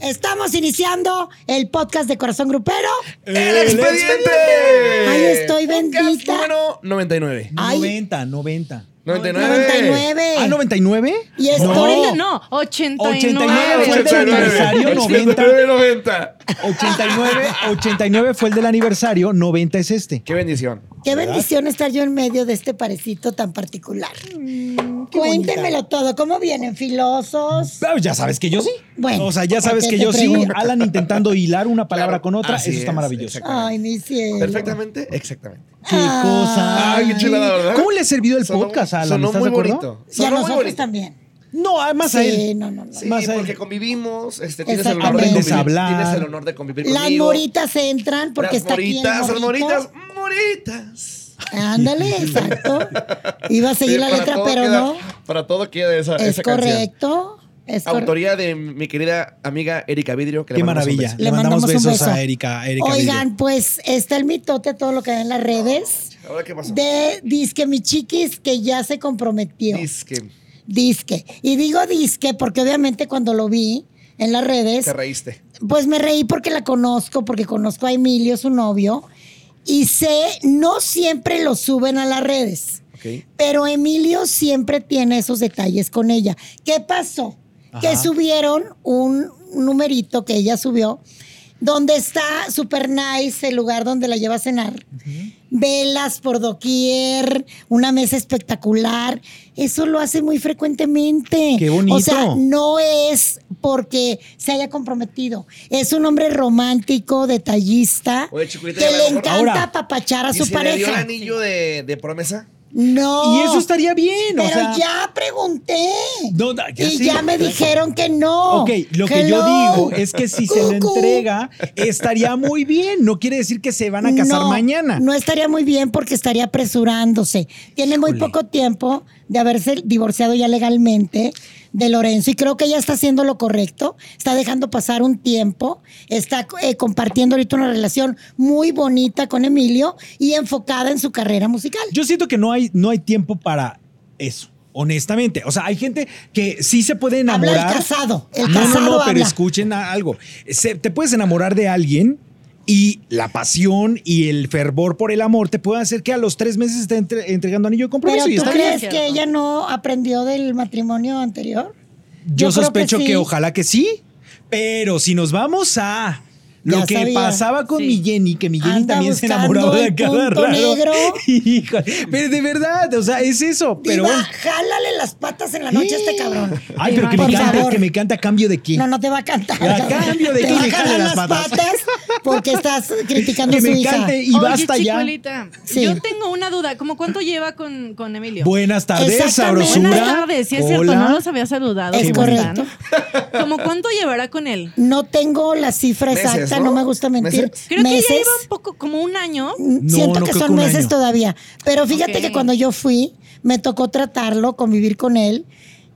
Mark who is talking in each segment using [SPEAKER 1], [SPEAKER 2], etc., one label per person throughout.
[SPEAKER 1] Estamos iniciando el podcast de Corazón Grupero.
[SPEAKER 2] ¡El, expediente!
[SPEAKER 1] Ahí estoy,
[SPEAKER 2] Podcast
[SPEAKER 1] bendita.
[SPEAKER 2] número 99.
[SPEAKER 1] Ay.
[SPEAKER 3] 90, 90.
[SPEAKER 2] 99.
[SPEAKER 1] 99.
[SPEAKER 3] ¿Ah, 99?
[SPEAKER 1] Y estoy-
[SPEAKER 3] No.
[SPEAKER 4] No, 89.
[SPEAKER 3] 89 fue el del
[SPEAKER 2] 89.
[SPEAKER 3] aniversario, 90.
[SPEAKER 2] 89, 90.
[SPEAKER 3] 89, 89 fue el del aniversario, 90 es este.
[SPEAKER 2] Qué bendición.
[SPEAKER 1] Qué bendición estar yo en medio de este parecito tan particular. Cuéntenmelo todo. ¿Cómo vienen, filosos?
[SPEAKER 3] Pero Ah, ya sabes que yo sí.
[SPEAKER 1] Bueno,
[SPEAKER 3] o sea, ya
[SPEAKER 1] ¿para
[SPEAKER 3] sabes
[SPEAKER 1] qué
[SPEAKER 3] que
[SPEAKER 1] te
[SPEAKER 3] yo sí.
[SPEAKER 1] pregunto?
[SPEAKER 3] Alan intentando hilar una palabra
[SPEAKER 2] Claro,
[SPEAKER 3] con otra,
[SPEAKER 2] así
[SPEAKER 3] eso está
[SPEAKER 2] es,
[SPEAKER 3] maravilloso.
[SPEAKER 2] exacto.
[SPEAKER 1] Ay, mi cielo.
[SPEAKER 2] Perfectamente, exactamente.
[SPEAKER 3] Qué cosa.
[SPEAKER 2] Ay, qué chulada, ¿verdad?
[SPEAKER 3] ¿Cómo le ha servido el
[SPEAKER 2] Sonó-
[SPEAKER 3] podcast a Alan?
[SPEAKER 2] Sonó
[SPEAKER 3] ¿Estás
[SPEAKER 2] muy
[SPEAKER 3] de acuerdo?
[SPEAKER 2] bonito.
[SPEAKER 1] Y a
[SPEAKER 2] Sonó muy
[SPEAKER 1] nosotros
[SPEAKER 2] bonito.
[SPEAKER 1] también.
[SPEAKER 3] No, además a
[SPEAKER 1] Sí,
[SPEAKER 3] él.
[SPEAKER 1] no, no, no.
[SPEAKER 2] Sí,
[SPEAKER 3] Más a él.
[SPEAKER 2] porque convivimos, este, tienes el honor de
[SPEAKER 1] Exactamente.
[SPEAKER 2] convivir.
[SPEAKER 1] Aprendes a
[SPEAKER 3] hablar.
[SPEAKER 2] Tienes el honor de convivir
[SPEAKER 1] Las
[SPEAKER 2] conmigo.
[SPEAKER 1] moritas entran porque
[SPEAKER 2] las
[SPEAKER 1] está
[SPEAKER 2] moritas,
[SPEAKER 1] aquí el
[SPEAKER 2] las
[SPEAKER 1] morito.
[SPEAKER 2] moritas, moritas.
[SPEAKER 1] Ándale, exacto. Iba a seguir la
[SPEAKER 2] Para
[SPEAKER 1] letra,
[SPEAKER 2] todo
[SPEAKER 1] pero
[SPEAKER 2] queda-
[SPEAKER 1] no.
[SPEAKER 2] Para todo queda esa,
[SPEAKER 1] Es
[SPEAKER 2] esa canción.
[SPEAKER 1] correcto. Es cor-
[SPEAKER 2] Autoría de mi querida amiga Erika Vidrio. Que le
[SPEAKER 3] Qué
[SPEAKER 2] mandamos un
[SPEAKER 3] maravilla.
[SPEAKER 2] beso.
[SPEAKER 1] Le mandamos un
[SPEAKER 3] besos
[SPEAKER 1] beso.
[SPEAKER 3] a Erika. a Erika
[SPEAKER 1] Oigan,
[SPEAKER 3] Vidrio.
[SPEAKER 1] pues está el mitote todo lo que hay en las redes.
[SPEAKER 2] Ahora, ¿qué pasó?
[SPEAKER 1] De Disque Mi Chiquis, que ya se comprometió.
[SPEAKER 2] Disque.
[SPEAKER 1] Disque. Y digo disque porque obviamente cuando lo vi en las redes,
[SPEAKER 2] Te reíste.
[SPEAKER 1] pues me reí porque la conozco, porque conozco a Emilio, su novio, y sé, no siempre lo suben a las redes,
[SPEAKER 2] Ok.
[SPEAKER 1] pero Emilio siempre tiene esos detalles con ella. ¿Qué pasó? Que
[SPEAKER 3] Ajá.
[SPEAKER 1] subieron un numerito que ella subió, donde está super nice el lugar donde la lleva a cenar. Velas por doquier, una mesa espectacular. Eso lo hace muy frecuentemente.
[SPEAKER 3] Qué
[SPEAKER 1] O sea,
[SPEAKER 3] bonito.
[SPEAKER 1] no es porque se haya comprometido. Es un hombre romántico, detallista,
[SPEAKER 2] Oye, chiquita, y
[SPEAKER 1] que
[SPEAKER 2] a lo
[SPEAKER 1] le
[SPEAKER 2] mejor-
[SPEAKER 1] encanta
[SPEAKER 3] Ahora,
[SPEAKER 1] apapachar a
[SPEAKER 2] ¿Y
[SPEAKER 1] su
[SPEAKER 2] si le dio el
[SPEAKER 1] pareja.
[SPEAKER 2] anillo de, de promesa?
[SPEAKER 1] No.
[SPEAKER 3] Y eso estaría bien.
[SPEAKER 1] Pero
[SPEAKER 3] o sea,
[SPEAKER 1] ya pregunté.
[SPEAKER 3] No, da- ya
[SPEAKER 1] y
[SPEAKER 3] sí.
[SPEAKER 1] ya me dijeron que no.
[SPEAKER 3] Ok, lo que
[SPEAKER 1] Hello.
[SPEAKER 3] yo digo es que si se le
[SPEAKER 1] Cucú.
[SPEAKER 3] entrega, estaría muy bien. No quiere decir que se van a casar
[SPEAKER 1] No,
[SPEAKER 3] mañana.
[SPEAKER 1] No estaría muy bien porque estaría apresurándose. Tiene muy
[SPEAKER 3] Híjole.
[SPEAKER 1] poco tiempo de haberse divorciado ya legalmente de Lorenzo y creo que ella está haciendo lo correcto, está dejando pasar un tiempo, está eh, compartiendo ahorita una relación muy bonita con Emilio y enfocada en su carrera musical.
[SPEAKER 3] Yo siento que no hay, no hay tiempo para eso, honestamente. O sea, hay gente que sí se puede
[SPEAKER 1] Habla
[SPEAKER 3] enamorar.
[SPEAKER 1] el casado, el
[SPEAKER 3] no,
[SPEAKER 1] casado
[SPEAKER 3] no, no, pero
[SPEAKER 1] habla.
[SPEAKER 3] escuchen a- algo. Se- te puedes enamorar de alguien y la pasión y el fervor por el amor te puede hacer que a los tres meses esté entre- entregando anillo de
[SPEAKER 1] Pero
[SPEAKER 3] compromiso. y
[SPEAKER 1] ¿tú
[SPEAKER 3] está bien.
[SPEAKER 1] crees
[SPEAKER 4] bien.
[SPEAKER 1] que ella no aprendió del matrimonio anterior?
[SPEAKER 3] Yo,
[SPEAKER 1] Yo creo
[SPEAKER 3] sospecho
[SPEAKER 1] que
[SPEAKER 3] que,
[SPEAKER 1] sí.
[SPEAKER 3] ojalá que sí, pero si nos vamos a lo
[SPEAKER 1] Ya
[SPEAKER 3] que
[SPEAKER 1] sabía.
[SPEAKER 3] pasaba con
[SPEAKER 4] Sí.
[SPEAKER 3] mi Jenny, que mi Jenny
[SPEAKER 1] Anda
[SPEAKER 3] también se
[SPEAKER 1] buscando
[SPEAKER 3] enamoraba
[SPEAKER 1] el
[SPEAKER 3] de cada
[SPEAKER 1] punto
[SPEAKER 3] rato.
[SPEAKER 1] negro.
[SPEAKER 3] Híjole, pero de verdad, o sea, es eso. Pero
[SPEAKER 1] Diva,
[SPEAKER 3] bueno.
[SPEAKER 1] jálale las patas en la noche a este cabrón.
[SPEAKER 3] Ay, pero que
[SPEAKER 1] Por
[SPEAKER 3] me cante,
[SPEAKER 1] favor.
[SPEAKER 3] que me cante a cambio de quién.
[SPEAKER 1] No, no te va a cantar.
[SPEAKER 3] A cambio de
[SPEAKER 1] te
[SPEAKER 3] que
[SPEAKER 1] va a
[SPEAKER 3] le jale
[SPEAKER 1] jalar las
[SPEAKER 3] las
[SPEAKER 1] patas.
[SPEAKER 3] patas.
[SPEAKER 1] porque estás criticando
[SPEAKER 3] que
[SPEAKER 1] a su
[SPEAKER 3] me
[SPEAKER 1] hija.
[SPEAKER 3] cante y
[SPEAKER 4] Oye,
[SPEAKER 3] basta ya.
[SPEAKER 4] chicuelita,
[SPEAKER 1] Sí.
[SPEAKER 4] Yo tengo una duda. ¿Cómo cuánto lleva con, con Emilio?
[SPEAKER 3] Buenas tardes,
[SPEAKER 1] Exactamente.
[SPEAKER 3] sabrosura.
[SPEAKER 4] Buenas tardes, sí es cierto,
[SPEAKER 3] Hola.
[SPEAKER 4] no los había saludado.
[SPEAKER 1] Es
[SPEAKER 4] ¿Cómo están?
[SPEAKER 1] correcto.
[SPEAKER 4] ¿Cómo cuánto llevará con él?
[SPEAKER 1] No tengo la cifra
[SPEAKER 2] Meses,
[SPEAKER 1] exacta, no,
[SPEAKER 2] ¿no?
[SPEAKER 1] me gusta mentir.
[SPEAKER 2] Meses.
[SPEAKER 4] Creo
[SPEAKER 1] Meses.
[SPEAKER 4] que ya lleva un poco, como un año.
[SPEAKER 1] Mm,
[SPEAKER 3] No,
[SPEAKER 1] Siento
[SPEAKER 3] no
[SPEAKER 1] que
[SPEAKER 3] creo
[SPEAKER 1] son
[SPEAKER 3] que un
[SPEAKER 1] meses
[SPEAKER 3] año.
[SPEAKER 1] todavía. Pero fíjate
[SPEAKER 4] Ok.
[SPEAKER 1] que cuando yo fui, me tocó tratarlo, convivir con él.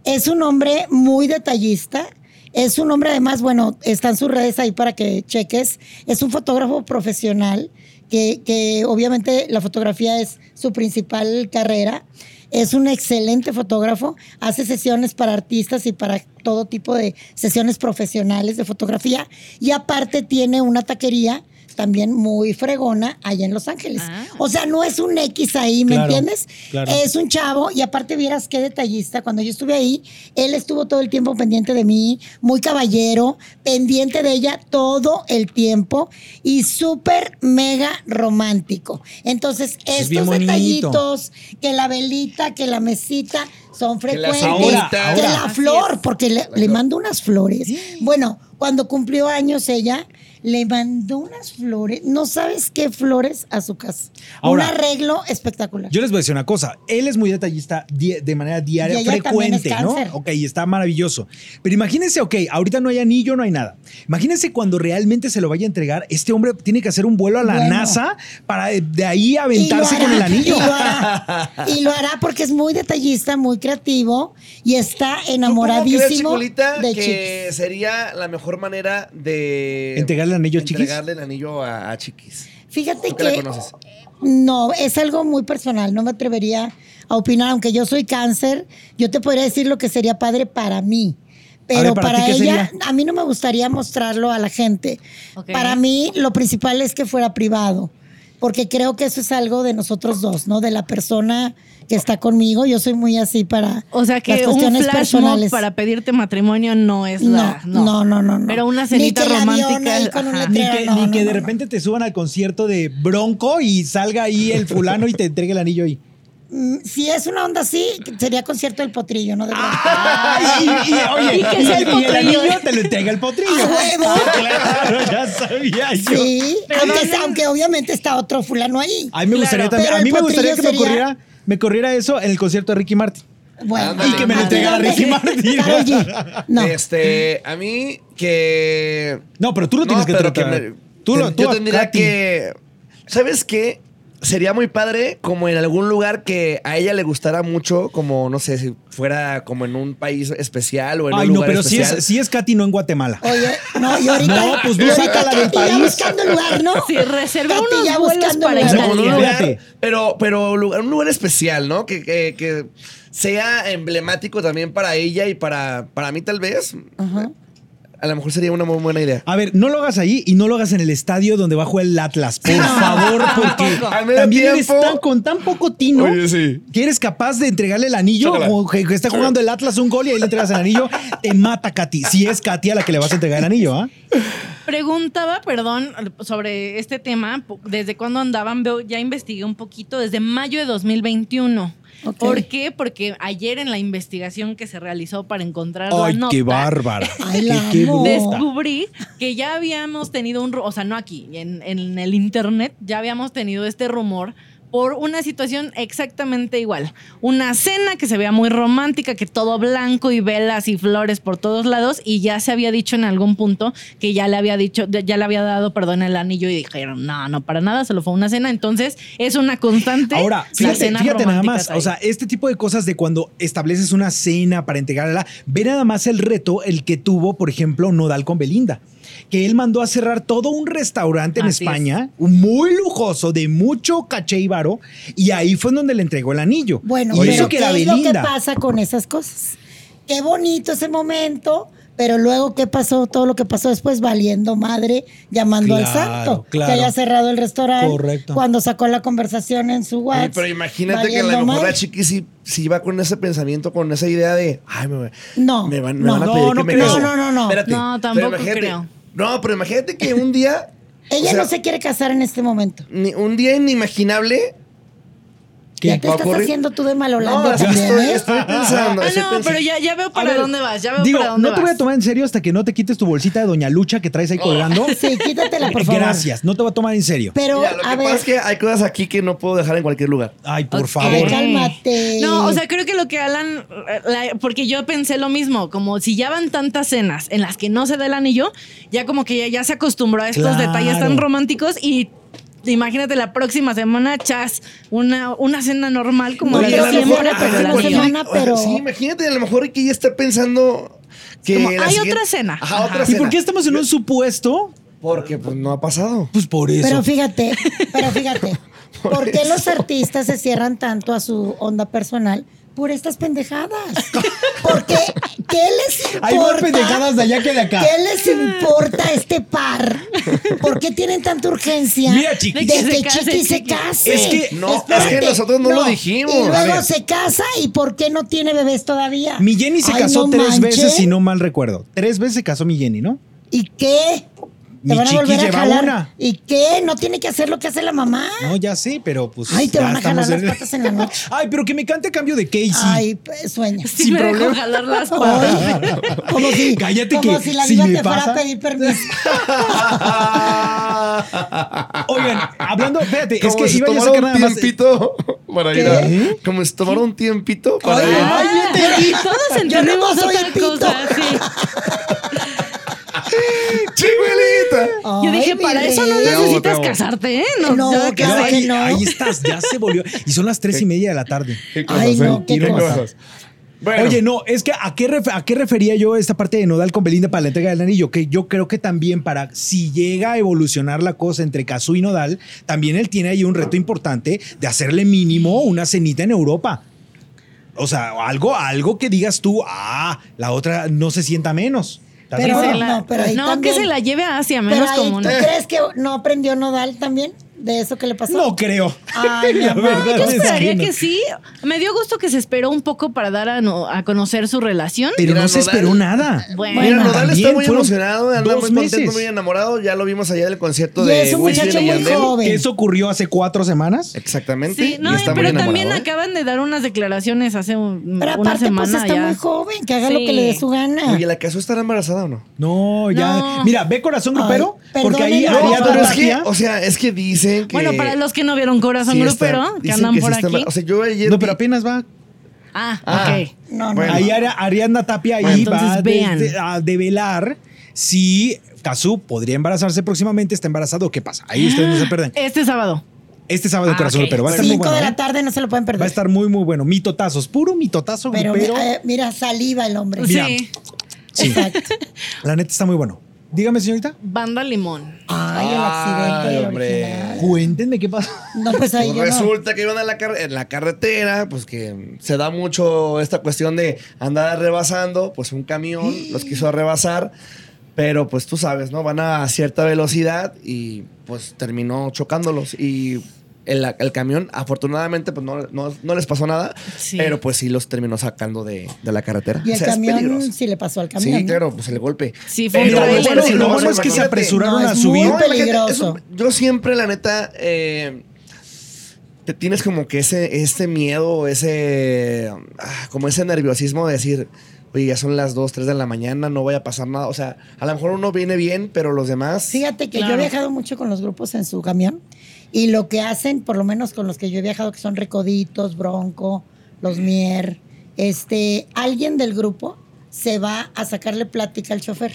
[SPEAKER 1] Es un hombre muy detallista. Es un hombre, además, bueno, están sus redes ahí para que cheques. Es un fotógrafo profesional, que, que obviamente la fotografía es su principal carrera. Es un excelente fotógrafo, hace sesiones para artistas y para todo tipo de sesiones profesionales de fotografía. Y aparte tiene una taquería también muy fregona allá en Los Ángeles.
[SPEAKER 4] Ah.
[SPEAKER 1] O sea, no es un X ahí, ¿me
[SPEAKER 3] Claro,
[SPEAKER 1] entiendes?
[SPEAKER 3] claro.
[SPEAKER 1] Es un chavo y aparte vieras qué detallista. Cuando yo estuve ahí, él estuvo todo el tiempo pendiente de mí, muy caballero, pendiente de ella todo el tiempo y súper mega romántico. Entonces,
[SPEAKER 3] es bien
[SPEAKER 1] estos
[SPEAKER 3] bonito.
[SPEAKER 1] detallitos, que la velita, que la mesita, son
[SPEAKER 2] las
[SPEAKER 1] frecuentes.
[SPEAKER 3] ahora,
[SPEAKER 1] que
[SPEAKER 3] ahora.
[SPEAKER 1] la
[SPEAKER 4] Así
[SPEAKER 1] flor,
[SPEAKER 4] es.
[SPEAKER 1] porque le, le mando unas flores. Bueno, cuando cumplió años ella, le mandó unas flores, no sabes qué flores a su casa.
[SPEAKER 3] Ahora,
[SPEAKER 1] Un arreglo espectacular.
[SPEAKER 3] Yo les voy a decir una cosa. Él es muy detallista di- de manera diaria,
[SPEAKER 1] Y ella
[SPEAKER 3] frecuente,
[SPEAKER 1] también es
[SPEAKER 3] ¿no?
[SPEAKER 1] cáncer.
[SPEAKER 3] Ok, está maravilloso. Pero imagínense, ok, ahorita no hay anillo, no hay nada. Imagínense cuando realmente se lo vaya a entregar, este hombre tiene que hacer un vuelo a la
[SPEAKER 1] Bueno.
[SPEAKER 3] NASA para de- de ahí
[SPEAKER 1] Y lo
[SPEAKER 3] aventarse
[SPEAKER 1] hará,
[SPEAKER 3] con el anillo.
[SPEAKER 1] Y lo, hará, y lo hará porque es muy detallista, muy creativo y está enamoradísimo
[SPEAKER 2] ¿Tú cómo crees, Chicolita,
[SPEAKER 1] de
[SPEAKER 2] que
[SPEAKER 1] Chiquis.
[SPEAKER 2] sería la mejor manera de
[SPEAKER 3] ¿Entregarle el anillo a Chiquis?
[SPEAKER 2] Entregarle el anillo a, a Chiquis.
[SPEAKER 1] Fíjate
[SPEAKER 2] ¿Tú que la
[SPEAKER 1] que
[SPEAKER 2] conoces?
[SPEAKER 1] no, es algo muy personal, no me atrevería a opinar, aunque yo soy cáncer, yo te podría decir lo que sería padre para mí. Pero
[SPEAKER 3] ver, ¿para
[SPEAKER 1] para,
[SPEAKER 3] ti qué
[SPEAKER 1] ella,
[SPEAKER 3] sería?
[SPEAKER 1] a mí no me gustaría mostrarlo a la gente.
[SPEAKER 4] Ok.
[SPEAKER 1] Para mí, lo principal es que fuera privado, porque creo que eso es algo de nosotros dos, ¿no? De la persona que está conmigo. Yo soy muy así para
[SPEAKER 4] O sea
[SPEAKER 1] las
[SPEAKER 4] que un
[SPEAKER 1] cuestiones
[SPEAKER 4] flash mob
[SPEAKER 1] personales.
[SPEAKER 4] para pedirte matrimonio no es
[SPEAKER 1] no,
[SPEAKER 4] la.
[SPEAKER 1] no, no, no, no.
[SPEAKER 4] Pero una
[SPEAKER 1] Ni
[SPEAKER 4] cenita
[SPEAKER 1] que el avión
[SPEAKER 4] romántica,
[SPEAKER 1] ahí con un
[SPEAKER 4] ajá.
[SPEAKER 3] Ni
[SPEAKER 1] letrero,
[SPEAKER 3] que,
[SPEAKER 1] no,
[SPEAKER 3] ni
[SPEAKER 1] no,
[SPEAKER 3] que de
[SPEAKER 1] no, no.
[SPEAKER 3] repente te suban al concierto de Bronco y salga ahí el fulano y te entregue el anillo ahí.
[SPEAKER 1] Mm, Si es una onda así, sería concierto del potrillo, ¿no? De verdad.
[SPEAKER 3] Ah, y, y- oye,
[SPEAKER 4] Y que sea el
[SPEAKER 3] y el
[SPEAKER 4] potrillo.
[SPEAKER 3] anillo te lo entrega el potrillo. Ah,
[SPEAKER 1] ¡A huevo!
[SPEAKER 3] claro, ya sabía yo.
[SPEAKER 1] Ah, Sí,
[SPEAKER 4] Pero
[SPEAKER 1] aunque,
[SPEAKER 4] no, no.
[SPEAKER 1] aunque obviamente está otro fulano ahí.
[SPEAKER 3] A mí me gustaría
[SPEAKER 4] Claro.
[SPEAKER 3] también,
[SPEAKER 1] Pero
[SPEAKER 3] a mí
[SPEAKER 1] el
[SPEAKER 3] me gustaría que me
[SPEAKER 1] potrillo sería-
[SPEAKER 3] ocurriera, me corriera eso en el concierto de Ricky Martin.
[SPEAKER 1] Bueno,
[SPEAKER 2] Ándale. Y que me lo
[SPEAKER 1] ¿a ti
[SPEAKER 2] entregara
[SPEAKER 1] dónde?
[SPEAKER 3] Ricky Martin.
[SPEAKER 1] Karol G. No.
[SPEAKER 2] Este, a mí que.
[SPEAKER 3] No, pero tú lo
[SPEAKER 2] No,
[SPEAKER 3] tienes que
[SPEAKER 2] pero
[SPEAKER 3] tratar.
[SPEAKER 2] que me-
[SPEAKER 3] tú lo,
[SPEAKER 2] ten-
[SPEAKER 3] tú
[SPEAKER 2] yo
[SPEAKER 3] a
[SPEAKER 2] tendría
[SPEAKER 3] Katy.
[SPEAKER 2] que. ¿Sabes qué? Sería muy padre como en algún lugar que a ella le gustara mucho, como no sé, si fuera como en un país especial o en
[SPEAKER 3] Ay,
[SPEAKER 2] un
[SPEAKER 3] no,
[SPEAKER 2] lugar
[SPEAKER 3] pero si es,
[SPEAKER 2] especial.
[SPEAKER 3] si es Katy, no en Guatemala.
[SPEAKER 1] Oye, no, y ahorita.
[SPEAKER 3] No, pues no,
[SPEAKER 1] y ahorita
[SPEAKER 3] sácala del
[SPEAKER 1] Katy ya
[SPEAKER 3] país.
[SPEAKER 1] buscando lugar, ¿no?
[SPEAKER 4] Sí, reserva
[SPEAKER 1] Katy
[SPEAKER 4] unos
[SPEAKER 1] ya
[SPEAKER 4] vuelos
[SPEAKER 1] buscando
[SPEAKER 4] para
[SPEAKER 2] O sea,
[SPEAKER 1] lugar.
[SPEAKER 2] como en un
[SPEAKER 3] Fíjate.
[SPEAKER 2] lugar, pero, pero lugar- un lugar especial, ¿no? Que, que- que sea emblemático también para ella y para, para mí tal vez.
[SPEAKER 1] Ajá.
[SPEAKER 2] A lo mejor sería una muy buena idea.
[SPEAKER 3] A ver, no lo hagas ahí y no lo hagas en el estadio donde va a jugar el Atlas, por favor, porque
[SPEAKER 4] tampoco.
[SPEAKER 2] Al medio
[SPEAKER 3] también eres
[SPEAKER 2] tiempo.
[SPEAKER 3] tan- con tan poco tino
[SPEAKER 2] Oye, sí.
[SPEAKER 3] que eres capaz de entregarle el anillo
[SPEAKER 2] Chócala.
[SPEAKER 3] o que, que está jugando el Atlas un gol y ahí le entregas el anillo, te mata Katy. Si es Katy a la que le vas a entregar el anillo, ¿ah?
[SPEAKER 4] Preguntaba, perdón, sobre este tema, po- desde cuándo andaban, veo, ya investigué un poquito, desde mayo de 2021.
[SPEAKER 1] Ok.
[SPEAKER 4] ¿Por qué? Porque ayer en la investigación que se realizó para encontrar la
[SPEAKER 3] Ay,
[SPEAKER 4] nota,
[SPEAKER 3] qué bárbara.
[SPEAKER 1] Ay,
[SPEAKER 3] Qué-
[SPEAKER 1] la
[SPEAKER 3] qué
[SPEAKER 1] amo.
[SPEAKER 3] bruta.
[SPEAKER 4] descubrí que ya habíamos tenido un, ru- o sea, no aquí, en, en el internet ya habíamos tenido este rumor por una situación exactamente igual. Una cena que se veía muy romántica, que todo blanco y velas y flores por todos lados y ya se había dicho en algún punto que ya le había dicho, ya le había dado, perdón, el anillo y dijeron, no, no, para nada, se lo fue una cena. Entonces es una constante.
[SPEAKER 3] Ahora,
[SPEAKER 4] las
[SPEAKER 3] fíjate,
[SPEAKER 4] cenas
[SPEAKER 3] fíjate nada
[SPEAKER 4] románticas
[SPEAKER 3] más. O sea, este tipo de cosas de cuando estableces una cena para entregarla, ve nada más el reto, el que tuvo, por ejemplo, Nodal con Belinda, que él mandó a cerrar todo un restaurante en
[SPEAKER 4] Así
[SPEAKER 3] España, muy lujoso, de mucho caché y varo, y ahí fue en donde le entregó el anillo.
[SPEAKER 1] Bueno,
[SPEAKER 3] y
[SPEAKER 1] pero
[SPEAKER 3] eso
[SPEAKER 1] ¿qué
[SPEAKER 3] que era
[SPEAKER 1] es lo que
[SPEAKER 3] Belinda.
[SPEAKER 1] pasa con esas cosas? Qué bonito ese momento, pero luego, ¿qué pasó? Todo lo que pasó después, valiendo madre, llamando al
[SPEAKER 3] Claro,
[SPEAKER 1] santo,
[SPEAKER 3] claro.
[SPEAKER 1] que haya cerrado el restaurante,
[SPEAKER 3] Correcto.
[SPEAKER 1] cuando sacó la conversación en su
[SPEAKER 2] Oye,
[SPEAKER 1] WhatsApp.
[SPEAKER 2] pero imagínate que a lo
[SPEAKER 1] valiendo
[SPEAKER 2] mejor la
[SPEAKER 1] madre.
[SPEAKER 2] chiqui sí, sí va con ese pensamiento, con esa idea de, ay, me, va-
[SPEAKER 1] No,
[SPEAKER 2] me van, me
[SPEAKER 1] no.
[SPEAKER 2] van a
[SPEAKER 3] No,
[SPEAKER 2] pedir
[SPEAKER 3] no
[SPEAKER 2] que me
[SPEAKER 3] creo.
[SPEAKER 2] case".
[SPEAKER 1] No, no, no, no.
[SPEAKER 2] Espérate,
[SPEAKER 4] No,
[SPEAKER 2] pero
[SPEAKER 4] tampoco
[SPEAKER 2] imagínate-
[SPEAKER 4] creo.
[SPEAKER 2] No, pero imagínate que un día...
[SPEAKER 1] Ella
[SPEAKER 2] o sea,
[SPEAKER 1] no se quiere casar en este momento.
[SPEAKER 2] ni- un día inimaginable...
[SPEAKER 3] ¿Qué?
[SPEAKER 1] Ya te
[SPEAKER 2] ¿Va a
[SPEAKER 1] estás
[SPEAKER 2] ocurrir?
[SPEAKER 1] haciendo tú de malolando
[SPEAKER 2] No,
[SPEAKER 1] también,
[SPEAKER 2] estoy,
[SPEAKER 1] ¿eh?
[SPEAKER 2] estoy pensando.
[SPEAKER 4] Ah,
[SPEAKER 2] estoy
[SPEAKER 4] no,
[SPEAKER 2] pensando.
[SPEAKER 4] pero ya, ya veo para
[SPEAKER 3] ver,
[SPEAKER 4] dónde vas, ya veo
[SPEAKER 3] digo,
[SPEAKER 4] para dónde
[SPEAKER 3] no te voy
[SPEAKER 4] vas. Oh.
[SPEAKER 3] a tomar en serio hasta que no te quites tu bolsita de Doña Lucha que traes ahí colgando.
[SPEAKER 1] Sí, quítatela, por favor.
[SPEAKER 3] Gracias, no te voy a tomar en serio.
[SPEAKER 1] Pero,
[SPEAKER 2] Mira, lo que
[SPEAKER 1] a ver,
[SPEAKER 2] pasa es que hay cosas aquí que no puedo dejar en cualquier lugar.
[SPEAKER 3] Ay, por
[SPEAKER 4] Ok.
[SPEAKER 3] favor.
[SPEAKER 1] Ay, cálmate.
[SPEAKER 4] No, o sea, creo que lo que Alan, eh, la- porque yo pensé lo mismo, como si ya van tantas cenas en las que no se da el anillo, ya como que ya, ya se acostumbró a estos
[SPEAKER 3] Claro.
[SPEAKER 4] detalles tan románticos y imagínate la próxima semana, chas, una, una cena normal como
[SPEAKER 1] No,
[SPEAKER 4] la
[SPEAKER 1] pero
[SPEAKER 4] de
[SPEAKER 1] a lo
[SPEAKER 4] siempre,
[SPEAKER 1] mejor-
[SPEAKER 4] pero el
[SPEAKER 1] la
[SPEAKER 2] Porque-
[SPEAKER 4] anillo.
[SPEAKER 1] semana, pero-
[SPEAKER 2] Sí, imagínate, a lo mejor que ella está pensando que.
[SPEAKER 4] Como,
[SPEAKER 2] la
[SPEAKER 4] hay
[SPEAKER 2] siguiente-
[SPEAKER 4] otra cena.
[SPEAKER 2] Ajá,
[SPEAKER 4] Ajá.
[SPEAKER 2] otra
[SPEAKER 3] ¿Y
[SPEAKER 2] cena.
[SPEAKER 3] por qué estamos en un supuesto?
[SPEAKER 2] Porque pues no ha pasado.
[SPEAKER 3] Pues por eso.
[SPEAKER 1] Pero fíjate, pero fíjate,
[SPEAKER 2] Por
[SPEAKER 1] ¿por, qué
[SPEAKER 2] eso.
[SPEAKER 1] los artistas se cierran tanto a su onda personal? Por estas pendejadas. Porque, ¿qué les importa?
[SPEAKER 3] Hay más pendejadas de allá que de acá.
[SPEAKER 1] ¿Qué les importa a este par? ¿Por qué tienen tanta urgencia
[SPEAKER 3] Mira, Chiquis.
[SPEAKER 1] de
[SPEAKER 4] De que
[SPEAKER 1] que
[SPEAKER 4] se case,
[SPEAKER 1] Chiqui se
[SPEAKER 4] Chiquis.
[SPEAKER 1] case?
[SPEAKER 3] Es que
[SPEAKER 2] no,
[SPEAKER 1] Espérate.
[SPEAKER 2] es que nosotros no lo dijimos.
[SPEAKER 1] Y
[SPEAKER 2] A
[SPEAKER 1] luego
[SPEAKER 2] ver.
[SPEAKER 1] se casa y ¿por qué no tiene bebés todavía?
[SPEAKER 3] Mi Jenny se
[SPEAKER 1] Ay,
[SPEAKER 3] casó
[SPEAKER 1] no
[SPEAKER 3] tres
[SPEAKER 1] manches.
[SPEAKER 3] veces, si no mal recuerdo. Tres veces se casó mi Jenny, ¿no?
[SPEAKER 1] ¿Y qué?
[SPEAKER 3] Mi chiqui lleva una.
[SPEAKER 1] ¿Y qué? ¿No tiene que hacer lo que hace la mamá?
[SPEAKER 3] No, ya sé, pero pues.
[SPEAKER 1] Ay, te
[SPEAKER 3] ya
[SPEAKER 1] van a jalar
[SPEAKER 3] estamos
[SPEAKER 1] las
[SPEAKER 3] en-
[SPEAKER 1] patas en la noche.
[SPEAKER 3] Ay, pero que me cante a cambio de Casey.
[SPEAKER 1] Ay, pues, sueña.
[SPEAKER 4] Sí
[SPEAKER 3] sin
[SPEAKER 4] me dejó
[SPEAKER 3] problema.
[SPEAKER 4] jalar las patas.
[SPEAKER 1] Ay, como si,
[SPEAKER 3] Cállate
[SPEAKER 1] como
[SPEAKER 3] que
[SPEAKER 1] si la
[SPEAKER 3] si
[SPEAKER 1] vida
[SPEAKER 3] me
[SPEAKER 1] te
[SPEAKER 3] pasa-
[SPEAKER 1] fuera a pedir permiso.
[SPEAKER 3] Oigan, hablando, espérate, es
[SPEAKER 2] Como
[SPEAKER 3] que
[SPEAKER 2] si
[SPEAKER 3] iba yo a
[SPEAKER 2] tomara
[SPEAKER 3] sacar
[SPEAKER 2] un
[SPEAKER 3] nada más. eh,
[SPEAKER 2] tiempito para ir a- Como si tomara un tiempito para
[SPEAKER 1] Ay,
[SPEAKER 2] ir.
[SPEAKER 1] ay,
[SPEAKER 4] Ah, Y todos
[SPEAKER 1] Yo no
[SPEAKER 4] entendemos
[SPEAKER 1] soy
[SPEAKER 4] otra
[SPEAKER 1] el pito.
[SPEAKER 4] cosa, sí.
[SPEAKER 2] ¡Chimuelita!
[SPEAKER 4] Yo
[SPEAKER 1] Ay,
[SPEAKER 4] dije,
[SPEAKER 1] mi
[SPEAKER 4] para eso no
[SPEAKER 1] rey.
[SPEAKER 2] Te amo,
[SPEAKER 4] necesitas
[SPEAKER 2] te amo.
[SPEAKER 4] casarte, ¿eh?
[SPEAKER 1] No,
[SPEAKER 4] ya que
[SPEAKER 3] No,
[SPEAKER 1] claro
[SPEAKER 4] sé.
[SPEAKER 3] ahí,
[SPEAKER 1] que no.
[SPEAKER 3] ahí estás, ya se volvió. Y son las tres y media de la tarde.
[SPEAKER 2] Qué
[SPEAKER 1] Ay,
[SPEAKER 2] cosas,
[SPEAKER 1] no,
[SPEAKER 2] ¿eh?
[SPEAKER 1] qué cosas.
[SPEAKER 2] Bueno,
[SPEAKER 3] Oye, no, es que ¿a qué, ref- ¿a qué refería yo esta parte de Nodal con Belinda para la entrega del anillo? Que yo creo que también para si llega a evolucionar la cosa entre Cazú y Nodal, también él tiene ahí un reto importante de hacerle mínimo una cenita en Europa. O sea, algo, algo que digas tú, ah, la otra no se sienta menos. ¿Estás de
[SPEAKER 1] Pero-
[SPEAKER 4] Que
[SPEAKER 3] acuerdo?
[SPEAKER 4] se la-
[SPEAKER 1] no, pero ahí
[SPEAKER 4] no,
[SPEAKER 1] también-
[SPEAKER 4] que se la lleve a Asia,
[SPEAKER 1] Pero
[SPEAKER 4] menos
[SPEAKER 1] ahí, ¿tú
[SPEAKER 4] común.
[SPEAKER 1] crees que no aprendió Nodal también de eso que le pasó?
[SPEAKER 3] no creo.
[SPEAKER 1] Ay, mi
[SPEAKER 3] La
[SPEAKER 1] amor.
[SPEAKER 3] verdad
[SPEAKER 4] Yo
[SPEAKER 3] es que
[SPEAKER 4] esperaría
[SPEAKER 3] no.
[SPEAKER 4] que sí. Me dio gusto que se esperó un poco para dar a, no- a conocer su relación.
[SPEAKER 3] Pero
[SPEAKER 2] Mira,
[SPEAKER 3] no se
[SPEAKER 2] Nodal-
[SPEAKER 3] esperó nada.
[SPEAKER 4] Bueno,
[SPEAKER 2] Mira,
[SPEAKER 3] Nodal-
[SPEAKER 2] Rodal está
[SPEAKER 3] también
[SPEAKER 2] muy
[SPEAKER 3] fueron
[SPEAKER 2] emocionado, anda
[SPEAKER 3] dos
[SPEAKER 2] muy contento,
[SPEAKER 3] meses.
[SPEAKER 2] muy enamorado. Ya lo vimos allá del concierto
[SPEAKER 1] Y
[SPEAKER 2] de
[SPEAKER 1] es un
[SPEAKER 2] Wisin
[SPEAKER 1] muchacho
[SPEAKER 2] y
[SPEAKER 1] muy
[SPEAKER 2] Yandel.
[SPEAKER 1] joven.
[SPEAKER 3] ¿Que eso ocurrió hace cuatro semanas?
[SPEAKER 2] Exactamente.
[SPEAKER 4] sí, no,
[SPEAKER 2] y está muy
[SPEAKER 4] pero también
[SPEAKER 2] enamorado, ¿eh?
[SPEAKER 4] acaban de dar unas declaraciones hace un-
[SPEAKER 1] Pero
[SPEAKER 4] una
[SPEAKER 1] aparte,
[SPEAKER 4] semana
[SPEAKER 1] pues está
[SPEAKER 4] ya.
[SPEAKER 1] muy joven, que haga lo que
[SPEAKER 4] Sí.
[SPEAKER 1] le dé su gana.
[SPEAKER 2] ¿eh? Oye, ¿la casó estará embarazada o no?
[SPEAKER 3] No, ya.
[SPEAKER 4] No.
[SPEAKER 3] Mira, ve Corazón
[SPEAKER 1] Ay,
[SPEAKER 3] Grupero, porque ahí
[SPEAKER 1] perdónenme,
[SPEAKER 3] haría
[SPEAKER 1] Ariadna
[SPEAKER 2] pero es que,
[SPEAKER 3] Tapia.
[SPEAKER 2] o sea, es que dicen que.
[SPEAKER 4] Bueno, para los que no vieron Corazón
[SPEAKER 2] sí está-
[SPEAKER 4] Grupero, que
[SPEAKER 2] dicen
[SPEAKER 4] andan
[SPEAKER 2] sí
[SPEAKER 4] por
[SPEAKER 2] está
[SPEAKER 4] aquí.
[SPEAKER 2] embar- O sea, yo ayer.
[SPEAKER 3] No, pero
[SPEAKER 2] vi-
[SPEAKER 3] apenas va.
[SPEAKER 4] ah,
[SPEAKER 2] Ah.
[SPEAKER 4] ok.
[SPEAKER 1] no, no.
[SPEAKER 2] Bueno.
[SPEAKER 3] Ahí Ari- Ariadna Tapia ahí
[SPEAKER 2] Bueno,
[SPEAKER 3] va a
[SPEAKER 4] entonces
[SPEAKER 3] de-
[SPEAKER 4] vean.
[SPEAKER 3] de- a develar si Kazú podría embarazarse próximamente, está embarazado o qué pasa. Ahí ustedes no se pierden.
[SPEAKER 4] Este sábado.
[SPEAKER 3] Este sábado
[SPEAKER 4] Ah,
[SPEAKER 3] Corazón
[SPEAKER 4] ok.
[SPEAKER 3] Grupero va a estar muy
[SPEAKER 1] Cinco
[SPEAKER 3] bueno.
[SPEAKER 1] de
[SPEAKER 3] ¿eh?
[SPEAKER 1] la tarde no se lo pueden perder.
[SPEAKER 3] Va a estar muy, muy bueno. Mitotazos, puro mitotazo
[SPEAKER 1] pero
[SPEAKER 3] grupero.
[SPEAKER 1] eh, mira, saliva el hombre.
[SPEAKER 3] Mira.
[SPEAKER 4] Sí.
[SPEAKER 3] Sí.
[SPEAKER 1] Exacto.
[SPEAKER 3] La neta está muy bueno. Dígame, señorita.
[SPEAKER 4] Banda Limón.
[SPEAKER 1] Ay, el accidente
[SPEAKER 2] Ay,
[SPEAKER 1] del
[SPEAKER 2] hombre.
[SPEAKER 1] original.
[SPEAKER 3] Cuéntenme qué pasa.
[SPEAKER 1] No, pues ahí yo no.
[SPEAKER 2] Resulta que iban a la car- en la carretera, pues que se da mucho esta cuestión de andar rebasando, pues un camión los quiso rebasar, pero pues tú sabes, ¿no? Van a cierta velocidad y pues terminó chocándolos y el, el camión afortunadamente pues no, no- no les pasó nada,
[SPEAKER 4] Sí.
[SPEAKER 2] pero pues sí los terminó sacando de, de la carretera.
[SPEAKER 1] Y el
[SPEAKER 2] O sea, es
[SPEAKER 1] camión,
[SPEAKER 2] peligroso.
[SPEAKER 1] sí le pasó al camión.
[SPEAKER 2] Sí,
[SPEAKER 1] ¿no?
[SPEAKER 2] claro, pues el golpe.
[SPEAKER 4] Sí, fue un
[SPEAKER 2] Pero,
[SPEAKER 3] Mira, lo
[SPEAKER 4] trailer.
[SPEAKER 3] bueno,
[SPEAKER 2] sí,
[SPEAKER 3] lo
[SPEAKER 2] no,
[SPEAKER 3] bueno
[SPEAKER 2] no,
[SPEAKER 3] es que se
[SPEAKER 2] imagínate.
[SPEAKER 3] apresuraron
[SPEAKER 1] No,
[SPEAKER 3] a
[SPEAKER 1] es
[SPEAKER 3] subir.
[SPEAKER 1] muy-
[SPEAKER 2] imagínate,
[SPEAKER 1] peligroso.
[SPEAKER 2] eso- yo siempre, la neta, eh, te tienes como que ese, ese miedo, ese. ah, como ese nerviosismo de decir. Oye, ya son las 2, 3 de la mañana, no vaya a pasar nada. O sea, a lo mejor uno viene bien, pero los demás.
[SPEAKER 1] Fíjate que yo
[SPEAKER 4] Claro.
[SPEAKER 1] he viajado mucho con los grupos en su camión y lo que hacen, por lo menos con los que yo he viajado, que son Recoditos, Bronco, Los Mier, este, alguien del grupo se va a sacarle plática al chofer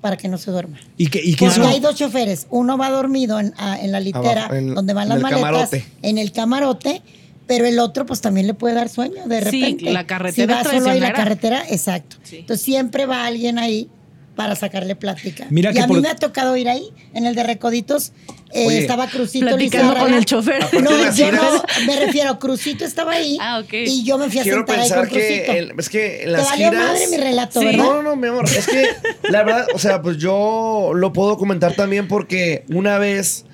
[SPEAKER 1] para que no se duerma.
[SPEAKER 3] ¿Y qué, y qué
[SPEAKER 1] Porque
[SPEAKER 3] son?
[SPEAKER 1] hay dos choferes, uno va dormido en, a- en la litera
[SPEAKER 2] Abajo, en-
[SPEAKER 1] donde van las
[SPEAKER 2] en el
[SPEAKER 1] maletas,
[SPEAKER 2] camarote.
[SPEAKER 1] en el camarote, pero el otro pues también le puede dar sueño de
[SPEAKER 4] Sí,
[SPEAKER 1] repente.
[SPEAKER 4] la
[SPEAKER 1] Si
[SPEAKER 4] carretera
[SPEAKER 1] va solo ahí la
[SPEAKER 4] traicionera.
[SPEAKER 1] carretera, exacto.
[SPEAKER 4] Sí.
[SPEAKER 1] Entonces siempre va alguien ahí para sacarle plática.
[SPEAKER 3] Mira
[SPEAKER 1] y
[SPEAKER 3] que
[SPEAKER 1] a
[SPEAKER 3] por-
[SPEAKER 1] mí me ha tocado ir ahí, en el de Recoditos, eh,
[SPEAKER 2] Oye,
[SPEAKER 1] estaba Crucito.
[SPEAKER 4] Platicando
[SPEAKER 1] Lizárraga.
[SPEAKER 4] con el chofer.
[SPEAKER 2] Aparte de
[SPEAKER 1] No,
[SPEAKER 2] las
[SPEAKER 1] yo
[SPEAKER 2] giras-
[SPEAKER 1] no, me refiero, Crucito estaba ahí
[SPEAKER 4] Ah, ok.
[SPEAKER 1] y yo me fui a
[SPEAKER 2] Quiero
[SPEAKER 1] sentar ahí con
[SPEAKER 2] pensar que.
[SPEAKER 1] Crucito.
[SPEAKER 2] en- es que en
[SPEAKER 1] Te
[SPEAKER 2] las
[SPEAKER 1] valió
[SPEAKER 2] giras-
[SPEAKER 1] madre mi relato,
[SPEAKER 4] Sí.
[SPEAKER 1] ¿verdad?
[SPEAKER 2] No, no, no, mi amor. Es que la verdad, o sea, pues yo lo puedo comentar también porque una vez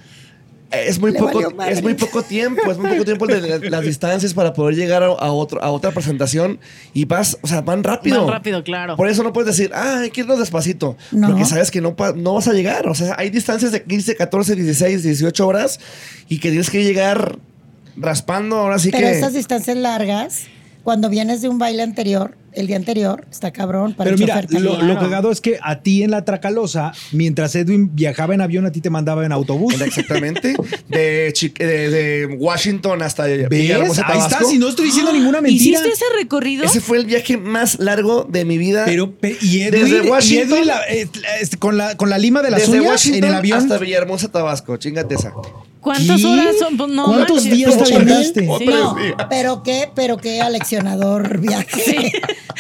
[SPEAKER 2] eh, es muy
[SPEAKER 1] Le
[SPEAKER 2] poco,
[SPEAKER 1] valió madre.
[SPEAKER 2] es muy poco tiempo, es muy poco tiempo el de la- las distancias para poder llegar a, a otro, a otra presentación y vas, o sea, van rápido.
[SPEAKER 4] Van rápido, claro.
[SPEAKER 2] Por eso no puedes decir, ah, hay que irnos despacito.
[SPEAKER 1] No.
[SPEAKER 2] Porque sabes que no, pa- no vas a llegar. O sea, hay distancias de 15, 14, 16, 18 horas y que tienes que llegar raspando ahora sí
[SPEAKER 1] Pero
[SPEAKER 2] que.
[SPEAKER 1] estas distancias largas, cuando vienes de un baile anterior, el día anterior, está cabrón para
[SPEAKER 3] Pero
[SPEAKER 1] el
[SPEAKER 3] mira,
[SPEAKER 1] chofer
[SPEAKER 3] lo,
[SPEAKER 1] también.
[SPEAKER 3] lo cagado es que a ti en la Tracalosa, mientras Edwin viajaba en avión, a ti te mandaba en autobús.
[SPEAKER 2] Exactamente. De, Chi- de- de Washington hasta
[SPEAKER 3] ¿Ves?
[SPEAKER 2] Villahermosa,
[SPEAKER 3] Ahí está,
[SPEAKER 2] Tabasco.
[SPEAKER 3] si no estoy diciendo ninguna mentira.
[SPEAKER 4] ¿Hiciste ese recorrido?
[SPEAKER 2] Ese fue el viaje más largo de mi vida.
[SPEAKER 3] Pero, pe- y Edwin,
[SPEAKER 2] Desde
[SPEAKER 3] y
[SPEAKER 2] Washington-
[SPEAKER 3] Edwin la- eh, la- este, con, la, con la lima de las
[SPEAKER 2] desde
[SPEAKER 3] uñas
[SPEAKER 2] Washington
[SPEAKER 3] en el avión.
[SPEAKER 2] hasta Villahermosa, Tabasco. Chingate esa.
[SPEAKER 4] ¿Cuántas
[SPEAKER 3] ¿Qué?
[SPEAKER 4] horas son? Pues, no
[SPEAKER 3] ¿Cuántos
[SPEAKER 4] manches,
[SPEAKER 3] días
[SPEAKER 4] pues,
[SPEAKER 3] te
[SPEAKER 1] ocho mil.
[SPEAKER 3] aventaste?
[SPEAKER 2] Otra
[SPEAKER 1] No,
[SPEAKER 2] vez, sí.
[SPEAKER 1] pero qué, pero qué aleccionador viaje.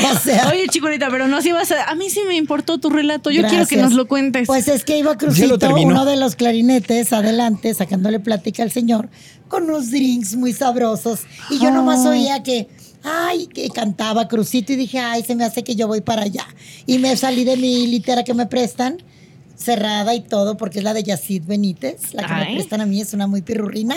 [SPEAKER 1] o sea,
[SPEAKER 4] Oye, chicorita, pero no si vas a. A mí sí me importó tu relato. Yo quiero que
[SPEAKER 1] gracias.
[SPEAKER 4] nos lo cuentes.
[SPEAKER 1] Pues es que iba
[SPEAKER 3] Ya lo
[SPEAKER 1] Crucito,
[SPEAKER 3] terminó.
[SPEAKER 1] uno de los clarinetes, adelante, sacándole plática al señor, con unos drinks muy sabrosos. Y yo nomás
[SPEAKER 3] Ah.
[SPEAKER 1] oía que, ay, que cantaba Crucito y dije, ay, se me hace que yo voy para allá. Y me salí de mi litera que me prestan, cerrada y todo, porque es la de Yacid Benítez, la que
[SPEAKER 4] Ay.
[SPEAKER 1] me prestan a mí, es una muy pirurrina.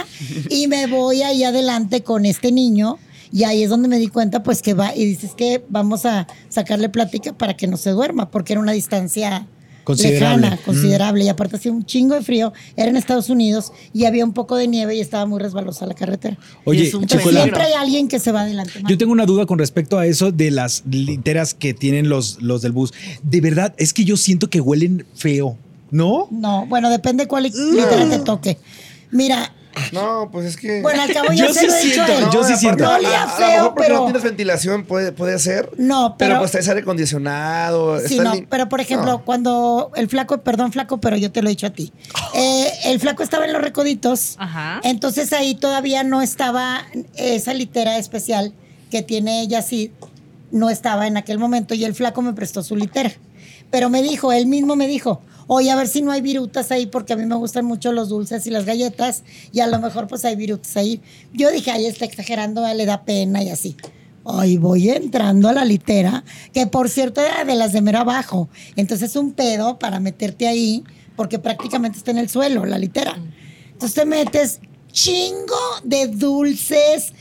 [SPEAKER 1] Y me voy ahí adelante con este niño. Y ahí es donde me di cuenta, pues que va, y dices que vamos a sacarle plática para que no se duerma, porque era una distancia
[SPEAKER 3] Considerable.
[SPEAKER 1] lejana, considerable. Y aparte hacía un chingo de frío. Era en Estados Unidos y había un poco de nieve y estaba muy resbalosa la carretera.
[SPEAKER 4] Y
[SPEAKER 3] Oye,
[SPEAKER 4] es un
[SPEAKER 1] Entonces
[SPEAKER 4] Chocolate.
[SPEAKER 3] Chocolata,
[SPEAKER 1] siempre hay alguien que se va adelante.
[SPEAKER 3] yo tengo una duda con respecto a eso de las literas que tienen los, los del bus. De verdad, es que yo siento que huelen feo, ¿no?
[SPEAKER 1] No, bueno, depende cuál litera
[SPEAKER 3] Mm.
[SPEAKER 1] te toque. Mira,
[SPEAKER 2] No, pues es que.
[SPEAKER 1] bueno, al cabo ya
[SPEAKER 3] Yo
[SPEAKER 1] se
[SPEAKER 3] sí
[SPEAKER 1] lo he dicho
[SPEAKER 3] siento,
[SPEAKER 1] a él.
[SPEAKER 3] yo sí
[SPEAKER 2] aparte,
[SPEAKER 3] siento.
[SPEAKER 1] No
[SPEAKER 2] a-
[SPEAKER 1] olía
[SPEAKER 2] a- a lo
[SPEAKER 1] feo,
[SPEAKER 2] mejor porque
[SPEAKER 1] pero-
[SPEAKER 2] no tienes ventilación, puede, puede ser.
[SPEAKER 1] No,
[SPEAKER 2] Pero,
[SPEAKER 1] pero-
[SPEAKER 2] pues traes aire acondicionado.
[SPEAKER 1] Sí,
[SPEAKER 2] está
[SPEAKER 1] no,
[SPEAKER 2] li-
[SPEAKER 1] pero por ejemplo,
[SPEAKER 2] No.
[SPEAKER 1] cuando el flaco, perdón flaco, pero yo te lo he dicho a ti.
[SPEAKER 2] Oh.
[SPEAKER 1] Eh, el flaco estaba en los recoditos,
[SPEAKER 4] Ajá.
[SPEAKER 1] entonces ahí todavía no estaba esa litera especial que tiene ella sí, no estaba en aquel momento y el flaco me prestó su litera. Pero me dijo, él mismo me dijo, oye, a ver si no hay virutas ahí porque a mí me gustan mucho los dulces y las galletas y a lo mejor pues hay virutas ahí. Yo dije, ahí está exagerando, a él le da pena y así. Ay, voy entrando a la litera, que por cierto era de las de mero abajo. Entonces es un pedo para meterte ahí, porque prácticamente está en el suelo, la litera. Entonces te metes chingo de dulces,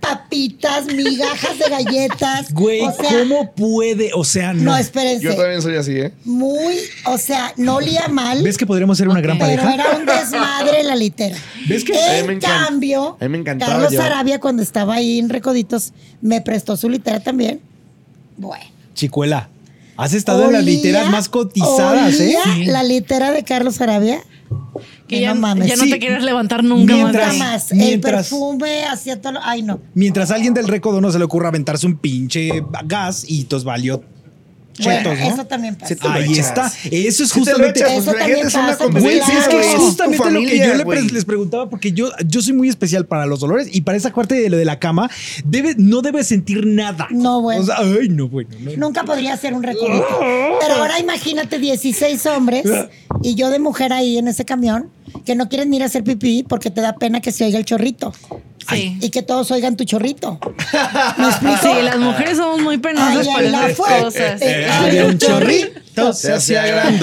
[SPEAKER 1] papitas, migajas de galletas.
[SPEAKER 3] Güey,
[SPEAKER 1] O sea,
[SPEAKER 3] ¿cómo puede? O sea, no.
[SPEAKER 1] No, espérense.
[SPEAKER 2] Yo también soy así, ¿eh?
[SPEAKER 1] Muy, o sea, no olía mal.
[SPEAKER 3] ¿Ves que podríamos ser una gran
[SPEAKER 1] Pero
[SPEAKER 3] pareja?
[SPEAKER 1] era un desmadre la litera.
[SPEAKER 2] ¿Ves que? A mí me
[SPEAKER 1] En
[SPEAKER 2] encan-
[SPEAKER 1] cambio,
[SPEAKER 2] a mí me encantaba
[SPEAKER 1] Carlos
[SPEAKER 2] llevar-
[SPEAKER 1] Arabia, cuando estaba ahí en Recoditos, me prestó su litera también. Bueno.
[SPEAKER 3] Chicuela, has estado en las
[SPEAKER 1] olía-
[SPEAKER 3] literas más cotizadas, ¿eh?
[SPEAKER 1] olía La litera de Carlos Arabia.
[SPEAKER 4] Que
[SPEAKER 1] Que
[SPEAKER 4] ya,
[SPEAKER 1] no mames.
[SPEAKER 4] ya no
[SPEAKER 3] Sí.
[SPEAKER 4] te quieres levantar nunca
[SPEAKER 1] Nada
[SPEAKER 3] Mientras-
[SPEAKER 4] más.
[SPEAKER 1] más. El
[SPEAKER 3] mientras-
[SPEAKER 1] perfume hacía todo. lo- Ay, no.
[SPEAKER 3] Mientras a alguien del recodo no se le ocurra aventarse un pinche gas y tos valió
[SPEAKER 1] Bueno,
[SPEAKER 3] chetos, ¿no?
[SPEAKER 1] eso también pasa.
[SPEAKER 2] Sí, te- lo
[SPEAKER 3] Ahí
[SPEAKER 2] echas.
[SPEAKER 3] está. Eso es
[SPEAKER 2] Sí te lo
[SPEAKER 3] justamente.
[SPEAKER 2] echas,
[SPEAKER 1] Eso
[SPEAKER 2] pues,
[SPEAKER 1] también
[SPEAKER 2] imagínate, es una
[SPEAKER 1] pasa,
[SPEAKER 3] Güey, es
[SPEAKER 2] convivencia,
[SPEAKER 3] que es
[SPEAKER 2] güey.
[SPEAKER 3] justamente
[SPEAKER 2] Tu
[SPEAKER 3] lo que
[SPEAKER 2] familia,
[SPEAKER 3] yo le pre-
[SPEAKER 2] güey.
[SPEAKER 3] les preguntaba, porque yo, yo soy muy especial para los dolores y para esa parte de lo de la cama, debe, no debe sentir nada.
[SPEAKER 1] No, bueno.
[SPEAKER 3] O sea, ay, no, bueno. no.
[SPEAKER 1] Nunca podría ser un recorrido. Pero ahora imagínate 16 hombres y yo de mujer ahí en ese camión que no quieren ir a hacer pipí porque te da pena que se oiga el chorrito
[SPEAKER 4] Sí.
[SPEAKER 1] y que todos oigan tu chorrito. ¿Me explico?
[SPEAKER 4] Sí, las mujeres somos muy penosas
[SPEAKER 1] Ay,
[SPEAKER 4] para
[SPEAKER 1] la
[SPEAKER 4] esas
[SPEAKER 1] fue-
[SPEAKER 4] cosas.
[SPEAKER 1] eh,
[SPEAKER 3] Había un chorrito,
[SPEAKER 2] Se hacía
[SPEAKER 4] A mí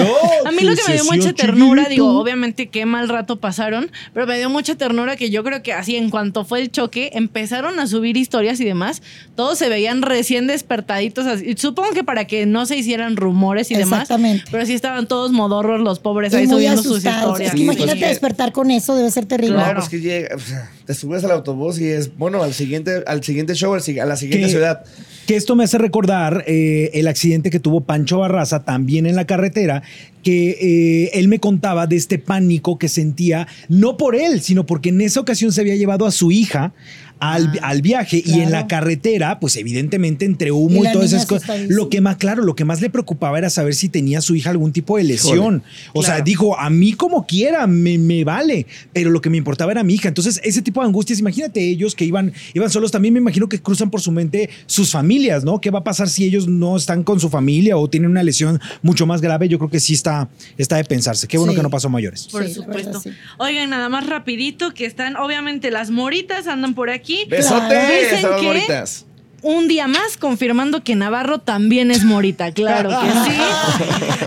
[SPEAKER 4] lo que me dio mucha ternura, digo, obviamente qué mal rato pasaron, pero me dio mucha ternura que yo creo que así en cuanto fue el choque, empezaron a subir historias y demás. Todos se veían recién despertaditos, así. Y supongo que para que no se hicieran rumores y demás.
[SPEAKER 1] Exactamente.
[SPEAKER 4] Pero sí estaban todos modorros los pobres
[SPEAKER 1] Y
[SPEAKER 4] ahí
[SPEAKER 1] muy
[SPEAKER 4] subiendo sus
[SPEAKER 1] asustados.
[SPEAKER 4] historias.
[SPEAKER 1] Es que
[SPEAKER 2] Sí,
[SPEAKER 1] imagínate
[SPEAKER 2] pues, que-
[SPEAKER 1] despertar con eso, debe ser terrible.
[SPEAKER 2] No,
[SPEAKER 4] Claro.
[SPEAKER 2] pues que llega, o sea, te subes al autobús y es, bueno, al siguiente, al siguiente show, al si- a la siguiente
[SPEAKER 3] Que-
[SPEAKER 2] ciudad.
[SPEAKER 3] Que esto me hace recordar eh, el accidente que tuvo Pancho Barraza también en la carretera, que eh, él me contaba de este pánico que sentía, no por él, sino porque en esa ocasión se había llevado a su hija al, al viaje y en la
[SPEAKER 1] Ah, claro.
[SPEAKER 3] carretera, pues evidentemente entre humo
[SPEAKER 1] Y
[SPEAKER 3] y,
[SPEAKER 1] la
[SPEAKER 3] todas
[SPEAKER 1] niña
[SPEAKER 3] esas cosas.
[SPEAKER 1] asustadísima.
[SPEAKER 3] Lo que más, claro, lo que más le preocupaba era saber si tenía su hija algún tipo de lesión. O sea,
[SPEAKER 4] Claro.
[SPEAKER 3] dijo, a mí como quiera, me, me vale, pero lo que me importaba era mi hija. Entonces, ese tipo de angustias, imagínate ellos que iban, iban solos, también me imagino que cruzan por su mente sus familias, ¿no? ¿Qué va a pasar si ellos no están con su familia o tienen una lesión mucho más grave? Yo creo que sí está, está de pensarse. Qué bueno
[SPEAKER 1] Sí.
[SPEAKER 3] que no pasó a mayores.
[SPEAKER 4] Por
[SPEAKER 1] Sí, la verdad,
[SPEAKER 4] supuesto.
[SPEAKER 1] sí.
[SPEAKER 4] Oigan, nada más rapidito, que están, obviamente, las moritas andan por aquí.
[SPEAKER 2] Besotes
[SPEAKER 4] Dicen
[SPEAKER 2] a las
[SPEAKER 4] que-
[SPEAKER 2] moritas.
[SPEAKER 4] Un día más confirmando que Navarro también es morita, claro que sí.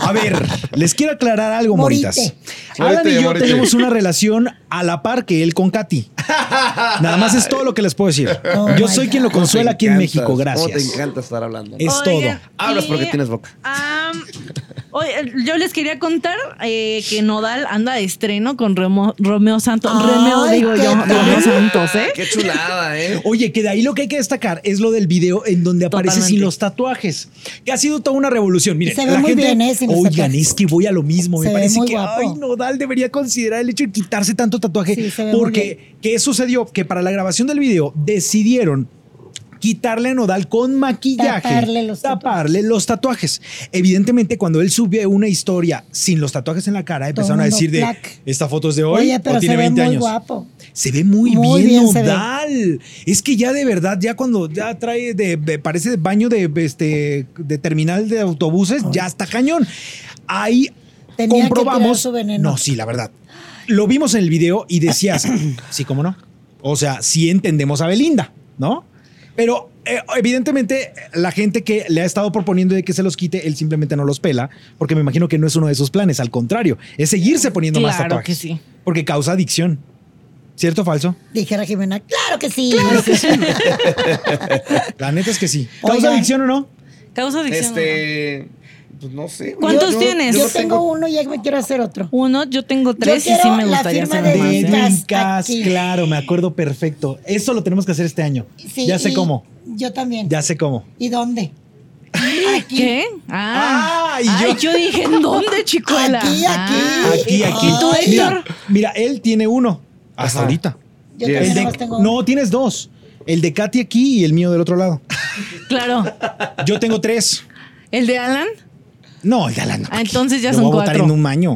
[SPEAKER 3] A ver, les quiero aclarar algo,
[SPEAKER 1] Morite.
[SPEAKER 3] moritas.
[SPEAKER 2] Morite,
[SPEAKER 3] Alan y yo
[SPEAKER 2] morite.
[SPEAKER 3] tenemos una relación a la par que él con Katy. Nada más es todo lo que les puedo decir.
[SPEAKER 1] Oh
[SPEAKER 3] yo
[SPEAKER 1] my
[SPEAKER 3] soy quien
[SPEAKER 1] God.
[SPEAKER 3] lo consuela
[SPEAKER 2] Te
[SPEAKER 3] aquí en
[SPEAKER 2] encantas,
[SPEAKER 3] México,
[SPEAKER 2] Cómo te
[SPEAKER 3] gracias.
[SPEAKER 2] encanta estar hablando.
[SPEAKER 3] Es-
[SPEAKER 4] Oigan,
[SPEAKER 2] todo. Hablas porque tienes boca.
[SPEAKER 4] am, oye, yo les quería contar eh, que Nodal anda de estreno con Remo- Romeo Santos.
[SPEAKER 1] Ay,
[SPEAKER 4] Romeo, digo
[SPEAKER 1] ¿qué
[SPEAKER 4] yo,
[SPEAKER 1] tal?
[SPEAKER 4] Romeo Santos, ¿eh?
[SPEAKER 2] Qué chulada, ¿eh?
[SPEAKER 3] Oye, que de ahí lo que hay que destacar es lo del video en donde aparece
[SPEAKER 4] Totalmente.
[SPEAKER 3] sin los tatuajes, que ha sido toda una revolución. Miren,
[SPEAKER 1] Se ve
[SPEAKER 3] la
[SPEAKER 1] muy
[SPEAKER 3] gente,
[SPEAKER 1] bien, ¿eh? Sin los
[SPEAKER 3] oigan,
[SPEAKER 1] tatuajes.
[SPEAKER 3] es que voy a lo mismo.
[SPEAKER 1] Se ve
[SPEAKER 3] me parece
[SPEAKER 1] muy
[SPEAKER 3] que,
[SPEAKER 1] guapo.
[SPEAKER 3] ay, Nodal debería considerar el hecho de quitarse tanto tatuaje,
[SPEAKER 1] Sí, se ve muy
[SPEAKER 3] porque ¿qué sucedió? Que para la grabación del video decidieron quitarle a Nodal con maquillaje,
[SPEAKER 1] Taparle los tatuajes.
[SPEAKER 3] taparle los tatuajes. Evidentemente, cuando él sube una historia sin los tatuajes en la cara, empezaron a
[SPEAKER 1] mundo,
[SPEAKER 3] decir de
[SPEAKER 1] plac.
[SPEAKER 3] esta foto es de hoy
[SPEAKER 1] Oye, pero
[SPEAKER 3] o tiene
[SPEAKER 1] se ve
[SPEAKER 3] 20
[SPEAKER 1] muy
[SPEAKER 3] años.
[SPEAKER 1] guapo.
[SPEAKER 3] Se ve muy,
[SPEAKER 1] Muy
[SPEAKER 3] bien,
[SPEAKER 1] bien se ve.
[SPEAKER 3] Nodal. Es que ya de verdad, ya cuando ya trae de, de- parece de baño de este de terminal de autobuses, ya está cañón. Ahí
[SPEAKER 1] Tenía que tirar
[SPEAKER 3] comprobamos.
[SPEAKER 1] su veneno.
[SPEAKER 3] No, sí, la verdad. Lo vimos en el video y decías, sí, cómo no. O sea, sí entendemos a Belinda, ¿no? Pero eh, evidentemente la gente que le ha estado proponiendo de que se los quite, él simplemente no los pela, porque me imagino que no es uno de sus planes, al contrario, es seguirse poniendo más
[SPEAKER 4] Claro
[SPEAKER 3] tatuajes.
[SPEAKER 4] que sí.
[SPEAKER 3] Porque causa adicción. ¿Cierto o falso?
[SPEAKER 1] Dijera Jimena, claro que sí.
[SPEAKER 3] La neta es que sí.
[SPEAKER 1] Oigan.
[SPEAKER 3] ¿Causa adicción o no?
[SPEAKER 4] Causa adicción.
[SPEAKER 2] Este. Pues no sé. güey.
[SPEAKER 4] ¿Cuántos
[SPEAKER 2] Yo-
[SPEAKER 4] tienes?
[SPEAKER 1] Yo
[SPEAKER 2] no
[SPEAKER 1] tengo uno y ya me quiero hacer otro.
[SPEAKER 4] Uno, yo tengo tres y
[SPEAKER 1] quiero
[SPEAKER 4] sí me
[SPEAKER 1] la
[SPEAKER 4] gustaría
[SPEAKER 1] firma
[SPEAKER 4] hacer
[SPEAKER 1] de
[SPEAKER 4] más.
[SPEAKER 1] Edith.
[SPEAKER 4] ¿eh?
[SPEAKER 1] Incas
[SPEAKER 3] Incas,
[SPEAKER 1] aquí.
[SPEAKER 3] claro, me acuerdo perfecto. Eso lo tenemos que hacer este año.
[SPEAKER 1] Sí,
[SPEAKER 3] ya sé
[SPEAKER 1] y
[SPEAKER 3] cómo.
[SPEAKER 1] Yo también.
[SPEAKER 3] Ya sé cómo.
[SPEAKER 1] ¿Y dónde? Aquí.
[SPEAKER 4] ¿Qué? Ah,
[SPEAKER 3] Ah, y
[SPEAKER 4] Ay,
[SPEAKER 3] yo-
[SPEAKER 4] yo dije, ¿en dónde, chicuela?
[SPEAKER 1] Aquí, aquí.
[SPEAKER 4] Ah,
[SPEAKER 3] Aquí, aquí.
[SPEAKER 4] ¿Y tú,
[SPEAKER 1] Ay.
[SPEAKER 4] Héctor?
[SPEAKER 3] Mira, mira, él tiene uno. Hasta
[SPEAKER 2] Ajá.
[SPEAKER 3] ahorita.
[SPEAKER 1] Yo
[SPEAKER 2] Yes.
[SPEAKER 1] también
[SPEAKER 3] El de-
[SPEAKER 1] nomás tengo uno.
[SPEAKER 3] no, tienes dos. El de Katy aquí y el mío del otro lado.
[SPEAKER 4] Claro.
[SPEAKER 3] Yo tengo tres.
[SPEAKER 4] ¿El de Alan?
[SPEAKER 3] No, el de Alan. no.
[SPEAKER 4] Ah, entonces ya
[SPEAKER 3] Lo
[SPEAKER 4] son
[SPEAKER 3] voy a botar
[SPEAKER 4] cuatro.
[SPEAKER 3] en un maño.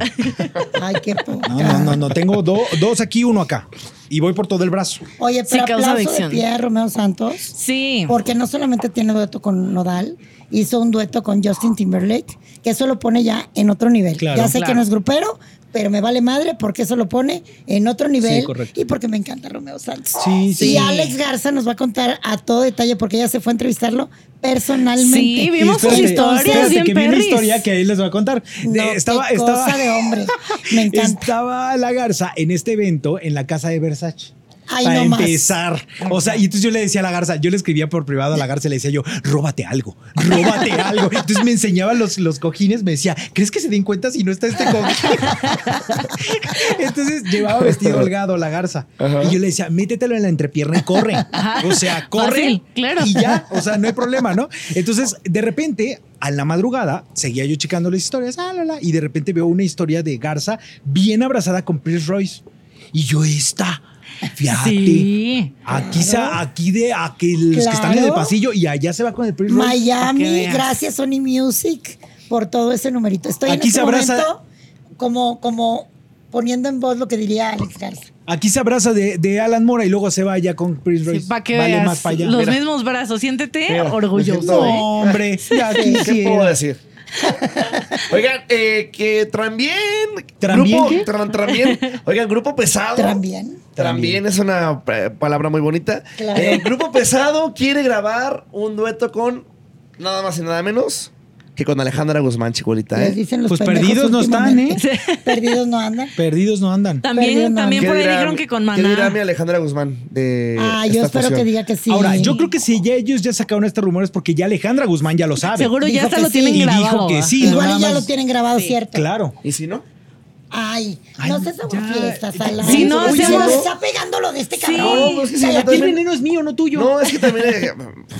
[SPEAKER 1] Ay, qué poca.
[SPEAKER 3] No, no, no, no. Tengo do- dos aquí, uno acá. Y voy por todo el brazo.
[SPEAKER 1] Oye,
[SPEAKER 4] Sí,
[SPEAKER 1] pero
[SPEAKER 4] causa
[SPEAKER 1] aplauso
[SPEAKER 4] adicción.
[SPEAKER 1] de pie a Romeo Santos.
[SPEAKER 4] Sí.
[SPEAKER 1] Porque no solamente tiene dueto con Nodal, hizo un dueto con Justin Timberlake, que eso lo pone ya en otro nivel.
[SPEAKER 3] Claro.
[SPEAKER 1] ya sé
[SPEAKER 4] Claro.
[SPEAKER 1] que no es grupero, pero me vale madre porque eso lo pone en otro nivel
[SPEAKER 3] correcto.
[SPEAKER 1] y porque me encanta Romeo Santos.
[SPEAKER 3] Sí, sí.
[SPEAKER 1] Y Alex Garza nos va a contar a todo detalle porque ella se fue a entrevistarlo personalmente.
[SPEAKER 4] Sí,
[SPEAKER 3] Y
[SPEAKER 4] vimos sus
[SPEAKER 3] espérate,
[SPEAKER 4] historias
[SPEAKER 3] espérate,
[SPEAKER 4] bien
[SPEAKER 3] que vi una
[SPEAKER 4] perris.
[SPEAKER 3] historia que ahí les voy a contar.
[SPEAKER 1] No,
[SPEAKER 3] Eh, estaba,
[SPEAKER 1] qué
[SPEAKER 3] estaba,
[SPEAKER 1] cosa de hombre. Me encanta.
[SPEAKER 3] Estaba la garza en este evento en la casa de Versace.
[SPEAKER 1] Ay,
[SPEAKER 3] para
[SPEAKER 1] no más.
[SPEAKER 3] empezar. O sea, y entonces yo le decía a la garza, yo le escribía por privado a la garza y le decía yo, róbate algo, róbate algo. Entonces me enseñaba los, los cojines, me decía, ¿crees que se den cuenta si no está este cojín? entonces llevaba vestido holgado la garza.
[SPEAKER 2] Ajá.
[SPEAKER 3] Y yo le decía, métetelo en la entrepierna y corre. O sea, corre.
[SPEAKER 4] Fácil, claro.
[SPEAKER 3] Y ya, o sea, no hay problema, ¿no? Entonces, de repente, a la madrugada, seguía yo checando las historias, ah, la, la, y de repente veo una historia de Garza bien abrazada con Prince Royce. Y yo, esta, fíjate.
[SPEAKER 4] Sí.
[SPEAKER 3] Aquí, se- aquí de aquí los que están en el
[SPEAKER 1] Claro.
[SPEAKER 3] pasillo y allá se va con el Prince Royce.
[SPEAKER 4] Para que
[SPEAKER 1] Miami,
[SPEAKER 4] veas.
[SPEAKER 1] gracias Sony Music por todo ese numerito. Estoy en
[SPEAKER 3] Aquí
[SPEAKER 1] este
[SPEAKER 3] se abraza-
[SPEAKER 1] momento como, como poniendo en voz lo que diría Alex Garza.
[SPEAKER 3] Aquí se abraza de, de Alan Mora y luego se va allá con Prince Royce.
[SPEAKER 4] para que
[SPEAKER 3] vale
[SPEAKER 4] veas
[SPEAKER 3] más para allá.
[SPEAKER 4] los
[SPEAKER 3] Mira.
[SPEAKER 4] mismos brazos. Siéntete
[SPEAKER 2] Mira, me
[SPEAKER 4] orgulloso.
[SPEAKER 2] siento-
[SPEAKER 4] ¿eh?
[SPEAKER 3] No, hombre, ya
[SPEAKER 2] ¿Qué puedo
[SPEAKER 3] quisiera.
[SPEAKER 2] decir? Oigan, eh, que también.
[SPEAKER 3] ¿También
[SPEAKER 2] grupo,
[SPEAKER 3] qué?
[SPEAKER 2] tran- también. Oigan, grupo
[SPEAKER 3] Ah.
[SPEAKER 2] pesado.
[SPEAKER 1] También.
[SPEAKER 2] También es una eh, palabra muy bonita.
[SPEAKER 1] Claro.
[SPEAKER 2] Eh, grupo pesado quiere grabar un dueto con nada más y nada menos que con Alejandra Guzmán, chicolita.
[SPEAKER 1] Les
[SPEAKER 2] ¿eh?
[SPEAKER 1] dicen los
[SPEAKER 3] Pues
[SPEAKER 1] pendejos
[SPEAKER 3] perdidos no están, Eh,
[SPEAKER 1] últimamente. Perdidos no andan.
[SPEAKER 3] Perdidos no andan.
[SPEAKER 4] También,
[SPEAKER 1] Perdón,
[SPEAKER 4] también
[SPEAKER 2] ¿Qué
[SPEAKER 4] por ahí
[SPEAKER 2] dirá-
[SPEAKER 4] dijeron que con
[SPEAKER 2] ¿Qué dirá
[SPEAKER 4] Maná.
[SPEAKER 2] mi Alejandra Guzmán de
[SPEAKER 1] Ah, yo
[SPEAKER 2] esta
[SPEAKER 1] espero
[SPEAKER 2] fusión?
[SPEAKER 1] que diga que sí.
[SPEAKER 3] Ahora, yo creo que si ya ellos ya sacaron estos rumores porque ya Alejandra Guzmán ya lo sabe.
[SPEAKER 4] Seguro ya
[SPEAKER 1] Dijo
[SPEAKER 4] hasta
[SPEAKER 1] que
[SPEAKER 4] lo
[SPEAKER 1] sí.
[SPEAKER 4] tienen
[SPEAKER 3] Y dijo
[SPEAKER 4] grabado.
[SPEAKER 3] que
[SPEAKER 4] ¿va?
[SPEAKER 3] sí.
[SPEAKER 1] Igual
[SPEAKER 3] nada
[SPEAKER 1] y ya
[SPEAKER 3] más-
[SPEAKER 1] lo tienen grabado, ¿cierto?
[SPEAKER 3] Claro.
[SPEAKER 2] ¿Y si no?
[SPEAKER 1] Ay,
[SPEAKER 3] Ay,
[SPEAKER 1] no seas
[SPEAKER 3] ya.
[SPEAKER 1] aguafiestas, Alan.
[SPEAKER 4] Si no
[SPEAKER 1] Oye,
[SPEAKER 4] hacemos-
[SPEAKER 1] se está pegando lo de este
[SPEAKER 4] Sí.
[SPEAKER 1] cabrón.
[SPEAKER 2] No, pues que si
[SPEAKER 1] Cállate.
[SPEAKER 2] yo
[SPEAKER 3] Aquí el
[SPEAKER 2] también-
[SPEAKER 3] veneno es mío, no tuyo.
[SPEAKER 2] No, es que también eh,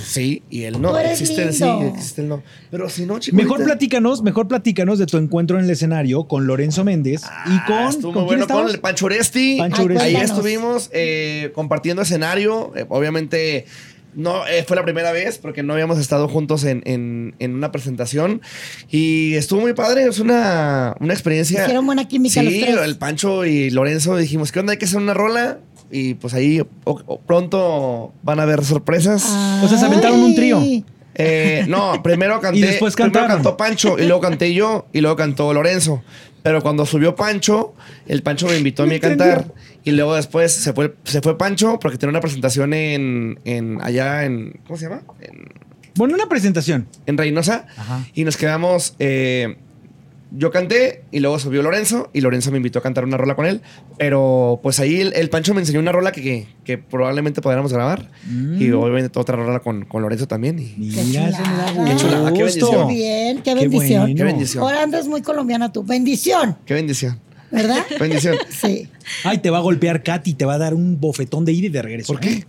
[SPEAKER 2] sí y él no.
[SPEAKER 1] Tú eres
[SPEAKER 2] existe el sí,
[SPEAKER 1] lindo.
[SPEAKER 2] existe el no. Pero si no, chicolita.
[SPEAKER 3] Mejor platícanos, mejor platícanos de tu encuentro en el escenario con Lorenzo Méndez y
[SPEAKER 2] Ah,
[SPEAKER 3] con,
[SPEAKER 2] estuvo
[SPEAKER 3] ¿con
[SPEAKER 2] muy
[SPEAKER 3] quién
[SPEAKER 2] bueno con
[SPEAKER 3] estabas?
[SPEAKER 2] el Pancho Oresti.
[SPEAKER 3] Pancho
[SPEAKER 1] Ay, Oresti.
[SPEAKER 2] Ahí
[SPEAKER 1] cuéntanos.
[SPEAKER 2] estuvimos eh, compartiendo escenario. Eh, obviamente no eh, fue la primera vez porque no habíamos estado juntos en, en- en una presentación. Y estuvo muy padre. Es una, una experiencia.
[SPEAKER 1] Hicieron buena química
[SPEAKER 2] Sí,
[SPEAKER 1] los tres.
[SPEAKER 2] el Pancho y Lorenzo dijimos, ¿qué onda? Hay que hacer una rola. Y pues ahí o- o pronto van a haber sorpresas.
[SPEAKER 1] Ah,
[SPEAKER 3] O sea, se aventaron un trío.
[SPEAKER 1] Ay.
[SPEAKER 2] Eh, no, primero canté.
[SPEAKER 3] Y después
[SPEAKER 2] primero
[SPEAKER 3] cantaron.
[SPEAKER 2] cantó Pancho y luego canté yo y luego cantó Lorenzo. Pero cuando subió Pancho, el Pancho me invitó a mí a cantar. Y luego después se fue, se fue Pancho porque tenía una presentación en, en allá en. ¿Cómo se llama? En,
[SPEAKER 3] Bueno, una presentación.
[SPEAKER 2] en Reynosa.
[SPEAKER 3] Ajá.
[SPEAKER 2] Y nos quedamos. eh, yo canté y luego subió Lorenzo y Lorenzo me invitó a cantar una rola con él. Pero pues ahí el, el Pancho me enseñó una rola que, que, que probablemente podríamos grabar. Y
[SPEAKER 3] Mm.
[SPEAKER 2] obviamente otra rola con, con Lorenzo también. y-
[SPEAKER 3] Mira, se me da
[SPEAKER 1] chulada. Qué
[SPEAKER 2] chulada, qué
[SPEAKER 3] gusto.
[SPEAKER 2] bendición.
[SPEAKER 1] Muy bien, qué
[SPEAKER 3] Qué
[SPEAKER 1] bendición.
[SPEAKER 3] bueno.
[SPEAKER 2] Qué bendición.
[SPEAKER 1] Ahora andas muy colombiana tú. Bendición,
[SPEAKER 2] Qué bendición.
[SPEAKER 1] ¿verdad?
[SPEAKER 2] Bendición.
[SPEAKER 1] Sí.
[SPEAKER 3] Ay, te va a golpear Katy, te va a dar un bofetón de ida y de regreso.
[SPEAKER 2] ¿Por qué?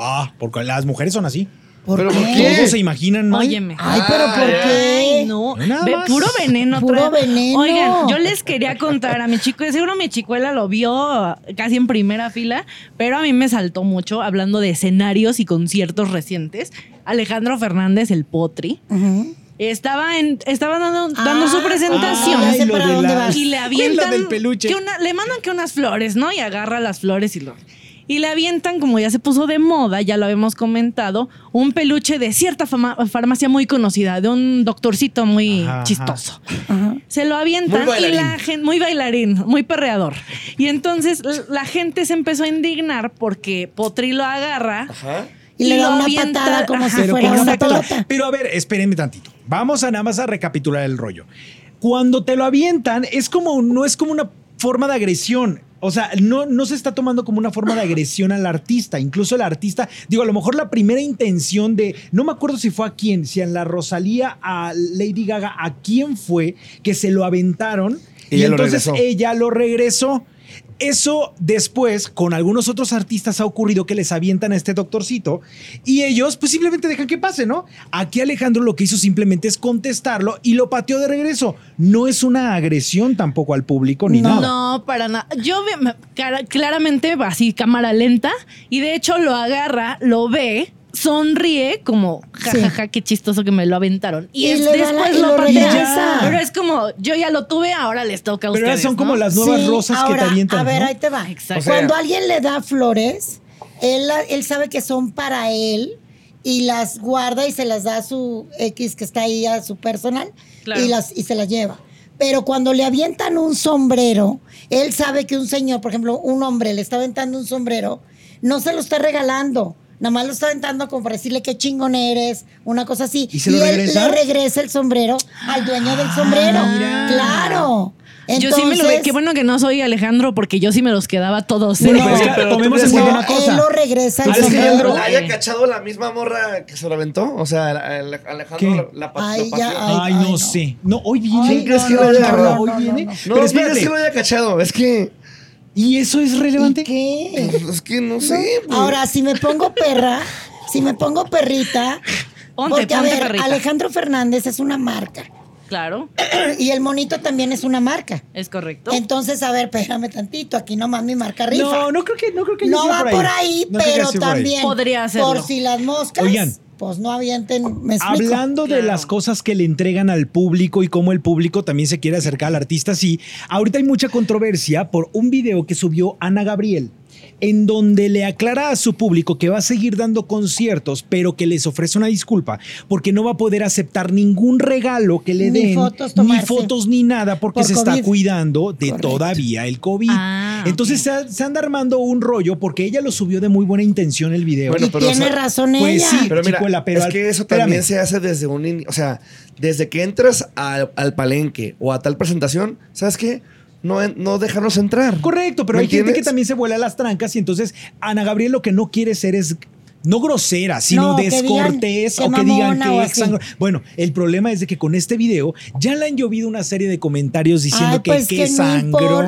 [SPEAKER 3] Ah, porque las mujeres son así.
[SPEAKER 2] ¿Pero por qué?
[SPEAKER 3] Todos se imaginan mal.
[SPEAKER 4] Óyeme.
[SPEAKER 1] Ay, pero ¿por
[SPEAKER 2] Ay,
[SPEAKER 1] qué?
[SPEAKER 4] Ay, no.
[SPEAKER 3] Nada
[SPEAKER 4] Ve,
[SPEAKER 3] más.
[SPEAKER 4] puro veneno.
[SPEAKER 1] Puro
[SPEAKER 4] trae.
[SPEAKER 1] veneno.
[SPEAKER 4] Oigan, yo les quería contar a mi chico, seguro mi chicuela lo vio casi en primera fila, pero a mí me saltó mucho hablando de escenarios y conciertos recientes. Alejandro Fernández, el potri,
[SPEAKER 1] Ujú.
[SPEAKER 4] estaba, en, estaba dando, dando su
[SPEAKER 1] Ah,
[SPEAKER 4] presentación.
[SPEAKER 1] ya
[SPEAKER 3] Ay,
[SPEAKER 1] sé
[SPEAKER 3] lo
[SPEAKER 1] para
[SPEAKER 3] de
[SPEAKER 1] dónde
[SPEAKER 3] la-
[SPEAKER 1] vas.
[SPEAKER 4] y le
[SPEAKER 3] Lo
[SPEAKER 4] avientan
[SPEAKER 3] del peluche.
[SPEAKER 4] que una- le mandan que unas flores, ¿no? Y agarra las flores y lo y le avientan como ya se puso de moda, ya lo habíamos comentado, un peluche de cierta fama- farmacia muy conocida, de un doctorcito muy
[SPEAKER 3] Ajá, ajá.
[SPEAKER 4] chistoso.
[SPEAKER 1] Ajá.
[SPEAKER 4] Se lo avientan
[SPEAKER 2] Muy
[SPEAKER 4] y la
[SPEAKER 2] bailarín.
[SPEAKER 4] gente, muy bailarín, muy perreador. Y entonces l- la gente se empezó a indignar porque Potri lo agarra.
[SPEAKER 2] Ajá.
[SPEAKER 1] Y le
[SPEAKER 4] Y
[SPEAKER 1] da
[SPEAKER 4] lo
[SPEAKER 1] una
[SPEAKER 4] avienta-
[SPEAKER 1] patada como si
[SPEAKER 4] Ajá.
[SPEAKER 1] fuera
[SPEAKER 3] con
[SPEAKER 1] una
[SPEAKER 3] una patada.
[SPEAKER 1] pelota.
[SPEAKER 3] Pero a ver, espérenme tantito. Vamos a nada más a recapitular el rollo. Cuando te lo avientan, es como, no es como una forma de agresión. O sea, no, no se está tomando como una forma de agresión al artista. Incluso el artista, digo, a lo mejor la primera intención de, no me acuerdo si fue a quién, si a la Rosalía, a Lady Gaga, a quién fue que se lo aventaron.
[SPEAKER 2] Y
[SPEAKER 3] Y,
[SPEAKER 2] ella lo
[SPEAKER 3] entonces
[SPEAKER 2] regresó.
[SPEAKER 3] ella lo regresó. Eso después con algunos otros artistas ha ocurrido que les avientan a este doctorcito y ellos pues simplemente dejan que pase, ¿no? Aquí Alejandro lo que hizo simplemente es contestarlo y lo pateó de regreso. No es una agresión tampoco al público ni
[SPEAKER 1] No.
[SPEAKER 3] nada.
[SPEAKER 4] No, para nada. Yo ve- me- cara- claramente así, cámara lenta, y de hecho lo agarra, lo ve, sonríe, como
[SPEAKER 1] Sí.
[SPEAKER 4] jajaja, qué chistoso que me lo aventaron. Y,
[SPEAKER 1] Y
[SPEAKER 4] es-
[SPEAKER 1] le da la-
[SPEAKER 4] después
[SPEAKER 1] y
[SPEAKER 4] lo,
[SPEAKER 1] lo
[SPEAKER 4] patea.
[SPEAKER 1] regresa.
[SPEAKER 4] Pero es como, yo ya lo tuve, ahora les toca a
[SPEAKER 3] Pero ahora
[SPEAKER 4] ustedes.
[SPEAKER 3] son como
[SPEAKER 4] ¿no?
[SPEAKER 3] las nuevas
[SPEAKER 1] Sí,
[SPEAKER 3] rosas que te
[SPEAKER 1] ahora,
[SPEAKER 3] avientan.
[SPEAKER 1] A ver,
[SPEAKER 3] ¿no?
[SPEAKER 1] ahí te va.
[SPEAKER 2] O
[SPEAKER 4] Exacto.
[SPEAKER 2] sea-
[SPEAKER 1] Cuando alguien le da flores, él, la- él sabe que son para él y las guarda y se las da a su X que está ahí, a su personal,
[SPEAKER 4] Claro.
[SPEAKER 1] y, las, y se las lleva. Pero cuando le avientan un sombrero, él sabe que un señor, por ejemplo, un hombre le está aventando un sombrero, no se lo está regalando. Nada más lo está aventando como para decirle qué chingón eres, una cosa así.
[SPEAKER 3] ¿Y se lo
[SPEAKER 1] él
[SPEAKER 3] regresa? Ah,
[SPEAKER 1] le regresa el sombrero al dueño del sombrero.
[SPEAKER 3] mira.
[SPEAKER 1] Claro.
[SPEAKER 4] yo sí me lo
[SPEAKER 1] Entonces,
[SPEAKER 4] ve. Qué bueno que no soy Alejandro, porque yo sí me los quedaba todos. ¿eh?
[SPEAKER 3] No,
[SPEAKER 2] Pues sí,
[SPEAKER 3] eh,
[SPEAKER 2] pero
[SPEAKER 3] tomemos
[SPEAKER 2] tú
[SPEAKER 3] en
[SPEAKER 2] crees
[SPEAKER 3] cuenta
[SPEAKER 2] que-
[SPEAKER 3] una
[SPEAKER 1] él
[SPEAKER 3] cosa.
[SPEAKER 1] lo
[SPEAKER 4] Ah,
[SPEAKER 1] regresa al
[SPEAKER 2] ¿Crees que
[SPEAKER 1] sombrero.
[SPEAKER 2] Alejandro haya cachado la misma morra que se lo aventó? O sea, Ale- Alejandro
[SPEAKER 3] ¿Qué?
[SPEAKER 2] la, la, pa-
[SPEAKER 1] Ay,
[SPEAKER 2] lo
[SPEAKER 1] ya,
[SPEAKER 2] pateó.
[SPEAKER 3] Ay,
[SPEAKER 1] Ay,
[SPEAKER 3] no,
[SPEAKER 1] ay, no.
[SPEAKER 3] sé. No, hoy viene.
[SPEAKER 2] ¿Quién crees que lo haya agarrado?
[SPEAKER 3] Hoy
[SPEAKER 1] No, no,
[SPEAKER 3] viene.
[SPEAKER 1] no, no.
[SPEAKER 2] No, espérate.
[SPEAKER 3] Pero espérate.
[SPEAKER 2] que lo haya cachado. Es que. pues,
[SPEAKER 3] ¿Y eso es
[SPEAKER 1] ¿Y
[SPEAKER 3] relevante? Eh,
[SPEAKER 1] qué?
[SPEAKER 2] Es que no sé. güey.
[SPEAKER 1] Ahora, si me pongo perra, si me pongo perrita.
[SPEAKER 4] Ponte,
[SPEAKER 1] porque, a
[SPEAKER 4] ponte
[SPEAKER 1] ver,
[SPEAKER 4] perrita.
[SPEAKER 1] Alejandro Fernández es una marca.
[SPEAKER 4] Claro,
[SPEAKER 1] Y el monito también es una marca.
[SPEAKER 4] es correcto.
[SPEAKER 1] Entonces, a ver, espérame tantito. Aquí nomás mi marca rifa.
[SPEAKER 3] No, no creo que no creo que haya
[SPEAKER 1] No
[SPEAKER 3] sido
[SPEAKER 1] va por ahí,
[SPEAKER 3] No creo que haya
[SPEAKER 1] pero
[SPEAKER 3] sido por ahí.
[SPEAKER 1] también.
[SPEAKER 4] Podría hacerlo.
[SPEAKER 1] Por si las moscas.
[SPEAKER 3] Oigan.
[SPEAKER 1] Pues no avienten. Me explico.
[SPEAKER 3] Hablando de
[SPEAKER 4] Claro.
[SPEAKER 3] las cosas que le entregan al público y cómo el público también se quiere acercar al artista, sí. Ahorita hay mucha controversia por un video que subió Ana Gabriel, en donde le aclara a su público que va a seguir dando conciertos, pero que les ofrece una disculpa, porque no va a poder aceptar ningún regalo que le
[SPEAKER 1] Ni
[SPEAKER 3] den,
[SPEAKER 1] fotos
[SPEAKER 3] ni
[SPEAKER 1] tomarse.
[SPEAKER 3] fotos ni nada, porque
[SPEAKER 1] Por
[SPEAKER 3] se está
[SPEAKER 1] COVID.
[SPEAKER 3] cuidando de
[SPEAKER 1] Correcto.
[SPEAKER 3] todavía el COVID.
[SPEAKER 4] Ah,
[SPEAKER 3] Entonces se, a- se anda armando un rollo porque ella lo subió de muy buena intención el video.
[SPEAKER 2] Bueno,
[SPEAKER 1] y
[SPEAKER 2] pero,
[SPEAKER 1] tiene
[SPEAKER 2] o sea,
[SPEAKER 1] razón
[SPEAKER 3] pues
[SPEAKER 1] ella.
[SPEAKER 3] sí,
[SPEAKER 2] Pero mira,
[SPEAKER 3] Chicuela, pero
[SPEAKER 2] es
[SPEAKER 3] al-
[SPEAKER 2] que eso
[SPEAKER 3] espérame.
[SPEAKER 2] también se hace desde un inicio. O sea, desde que entras al, al palenque o a tal presentación, ¿sabes qué? No, en- no dejarnos entrar.
[SPEAKER 3] Correcto, pero
[SPEAKER 2] ¿Me
[SPEAKER 3] hay gente que
[SPEAKER 2] entiendes?
[SPEAKER 3] también se vuela las trancas y entonces Ana Gabriel lo que no quiere ser es no grosera, sino
[SPEAKER 1] No, que digan
[SPEAKER 3] descortés
[SPEAKER 1] que
[SPEAKER 3] o que digan
[SPEAKER 1] mamona o
[SPEAKER 3] que
[SPEAKER 1] así.
[SPEAKER 3] sangro- Bueno, el problema es de que con este video ya le han llovido una serie de comentarios diciendo
[SPEAKER 1] Ay, pues
[SPEAKER 3] que, que,
[SPEAKER 1] no impor-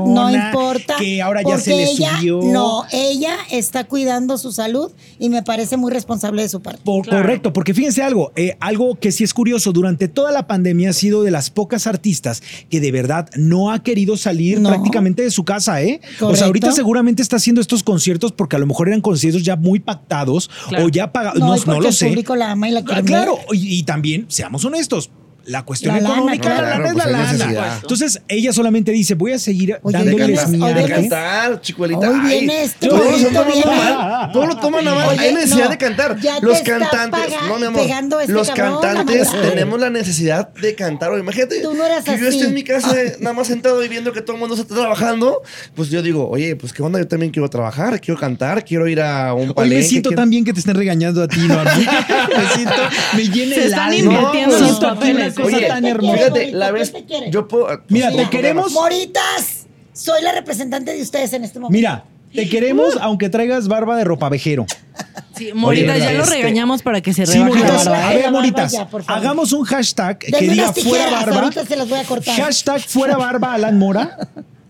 [SPEAKER 1] no
[SPEAKER 3] sangrona,
[SPEAKER 1] importa.
[SPEAKER 3] que ahora ya se
[SPEAKER 1] porque
[SPEAKER 3] le
[SPEAKER 1] ella-
[SPEAKER 3] subió.
[SPEAKER 1] No, ella está cuidando su salud y me parece muy responsable de su parte.
[SPEAKER 3] Por-
[SPEAKER 4] Claro.
[SPEAKER 3] Correcto, porque fíjense algo, eh, algo que sí es curioso, durante toda la pandemia ha sido de las pocas artistas que de verdad no ha querido salir
[SPEAKER 1] No.
[SPEAKER 3] prácticamente de su casa, ¿eh? O
[SPEAKER 1] Correcto.
[SPEAKER 3] sea, ahorita seguramente está haciendo estos conciertos porque a lo mejor eran conciertos ya muy pactados
[SPEAKER 4] Claro.
[SPEAKER 3] o ya pagados,
[SPEAKER 1] No,
[SPEAKER 3] Ah, no,
[SPEAKER 1] y
[SPEAKER 3] no
[SPEAKER 1] porque
[SPEAKER 3] lo
[SPEAKER 1] el
[SPEAKER 3] sé.
[SPEAKER 1] público la ama y la quiere
[SPEAKER 3] Ah, Claro, y, y también, seamos honestos, la cuestión
[SPEAKER 1] La lana,
[SPEAKER 3] económica
[SPEAKER 1] claro.
[SPEAKER 2] Claro, pues, hay
[SPEAKER 3] la lana es la lana.
[SPEAKER 2] necesidad.
[SPEAKER 3] Entonces, ella solamente dice, voy a seguir
[SPEAKER 1] Oye,
[SPEAKER 2] De
[SPEAKER 1] Dándoles
[SPEAKER 2] cantar,
[SPEAKER 3] dándoles mi
[SPEAKER 1] hoy
[SPEAKER 2] de
[SPEAKER 1] vienes-
[SPEAKER 3] arte.
[SPEAKER 2] cantar, chicuelita.
[SPEAKER 1] Hoy
[SPEAKER 2] Ay,
[SPEAKER 1] viene este
[SPEAKER 2] Todos
[SPEAKER 3] bonito,
[SPEAKER 2] lo toman
[SPEAKER 3] viene.
[SPEAKER 2] mal. Todos lo toman a mal.
[SPEAKER 1] Oye,
[SPEAKER 2] Hay necesidad
[SPEAKER 1] no,
[SPEAKER 2] de cantar.
[SPEAKER 1] ya te
[SPEAKER 2] Los
[SPEAKER 1] está
[SPEAKER 2] cantantes.
[SPEAKER 1] paga-
[SPEAKER 2] No, mi amor.
[SPEAKER 1] pegando este
[SPEAKER 2] los
[SPEAKER 1] cabrón,
[SPEAKER 2] cantantes
[SPEAKER 1] la madre.
[SPEAKER 2] tenemos la necesidad de cantar. Oye, Imagínate
[SPEAKER 1] Tú no eras
[SPEAKER 2] que yo
[SPEAKER 1] así. Ah.
[SPEAKER 2] estoy en mi casa eh, nada más sentado y viendo que todo el mundo se está trabajando. Pues yo digo, oye, pues qué onda, yo también quiero trabajar, quiero cantar, quiero ir a un
[SPEAKER 3] Hoy
[SPEAKER 2] palenque.
[SPEAKER 3] me siento
[SPEAKER 2] quiero-
[SPEAKER 3] tan bien que te estén regañando a ti, no a mí. Me siento, me llena
[SPEAKER 4] Se
[SPEAKER 3] el
[SPEAKER 4] están
[SPEAKER 3] alma.
[SPEAKER 4] invirtiendo
[SPEAKER 2] No,
[SPEAKER 3] Siento
[SPEAKER 4] los
[SPEAKER 3] aquí una
[SPEAKER 4] papeles.
[SPEAKER 3] cosa
[SPEAKER 2] Oye,
[SPEAKER 3] tan
[SPEAKER 1] ¿qué
[SPEAKER 3] hermosa.
[SPEAKER 1] quieres?
[SPEAKER 2] fíjate,
[SPEAKER 1] Morito,
[SPEAKER 2] la
[SPEAKER 1] ¿qué
[SPEAKER 2] vez
[SPEAKER 1] te quieres?
[SPEAKER 2] yo puedo...
[SPEAKER 3] Mira,
[SPEAKER 2] Sí,
[SPEAKER 3] te
[SPEAKER 2] no,
[SPEAKER 3] queremos-
[SPEAKER 1] Moritas, soy la representante de ustedes en este momento.
[SPEAKER 3] Mira, te queremos aunque traigas barba de ropavejero.
[SPEAKER 4] Sí, Morita,
[SPEAKER 2] Oye,
[SPEAKER 4] ya lo
[SPEAKER 2] este-
[SPEAKER 4] regañamos para que se
[SPEAKER 3] Sí,
[SPEAKER 4] rebaje la
[SPEAKER 3] Moritas.
[SPEAKER 1] Ay,
[SPEAKER 4] barba.
[SPEAKER 3] A
[SPEAKER 1] ay,
[SPEAKER 3] ver,
[SPEAKER 1] la barba
[SPEAKER 3] Moritas,
[SPEAKER 1] ya, por favor.
[SPEAKER 3] hagamos un hashtag que
[SPEAKER 1] Denme
[SPEAKER 3] diga
[SPEAKER 1] unas tijeras,
[SPEAKER 3] fuera barba.
[SPEAKER 1] ahorita se las voy a cortar.
[SPEAKER 3] Hashtag fuera barba Alan Mora.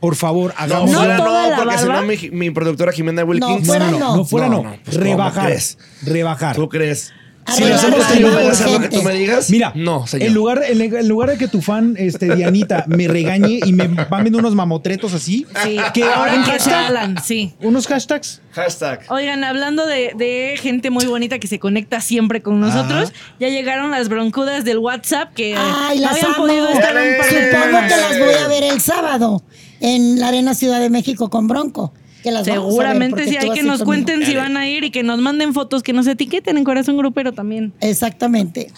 [SPEAKER 3] Por favor,
[SPEAKER 2] No,
[SPEAKER 3] hagamos.
[SPEAKER 4] No
[SPEAKER 2] fuera
[SPEAKER 4] toda
[SPEAKER 2] no,
[SPEAKER 4] la
[SPEAKER 2] porque si no
[SPEAKER 4] barba.
[SPEAKER 2] mi, mi productora Jimena Wilkins...
[SPEAKER 1] fuera
[SPEAKER 3] no,
[SPEAKER 1] no.
[SPEAKER 3] no, fuera no.
[SPEAKER 2] No, no, pues, ¿cómo
[SPEAKER 3] rebajar.
[SPEAKER 2] crees?
[SPEAKER 3] Rebajar.
[SPEAKER 2] ¿Tú crees?
[SPEAKER 1] Arreglar
[SPEAKER 3] Sí,
[SPEAKER 2] Si lo hacemos
[SPEAKER 3] barba,
[SPEAKER 2] tú y yo voy a
[SPEAKER 3] no,
[SPEAKER 2] hacer lo que
[SPEAKER 1] gente.
[SPEAKER 2] tú me digas.
[SPEAKER 3] Mira,
[SPEAKER 2] no, señor.
[SPEAKER 3] En, lugar, en, en lugar de que tu fan, este, Dianita, me regañe y me van viendo unos mamotretos así,
[SPEAKER 4] Sí,
[SPEAKER 3] que ahora un
[SPEAKER 4] ahora que está
[SPEAKER 3] hashtag,
[SPEAKER 4] Alan, sí.
[SPEAKER 3] unos hashtags.
[SPEAKER 2] Hashtag.
[SPEAKER 4] Oigan, hablando de, de gente muy bonita que se conecta siempre con nosotros, ya llegaron las broncudas del WhatsApp que
[SPEAKER 1] Ay,
[SPEAKER 4] no
[SPEAKER 1] las
[SPEAKER 4] habían
[SPEAKER 1] amo.
[SPEAKER 4] podido estar un par de
[SPEAKER 1] Supongo que las voy a
[SPEAKER 2] Eh.
[SPEAKER 1] ver el sábado en la Arena Ciudad de México con Bronco. Que las vamos a ver
[SPEAKER 4] Seguramente
[SPEAKER 1] porque
[SPEAKER 4] sí, hay
[SPEAKER 1] tú
[SPEAKER 4] que
[SPEAKER 1] así
[SPEAKER 4] nos
[SPEAKER 1] conmigo.
[SPEAKER 4] cuenten si van a ir y que nos manden fotos, que nos etiqueten en Corazón Grupero también.
[SPEAKER 1] Exactamente.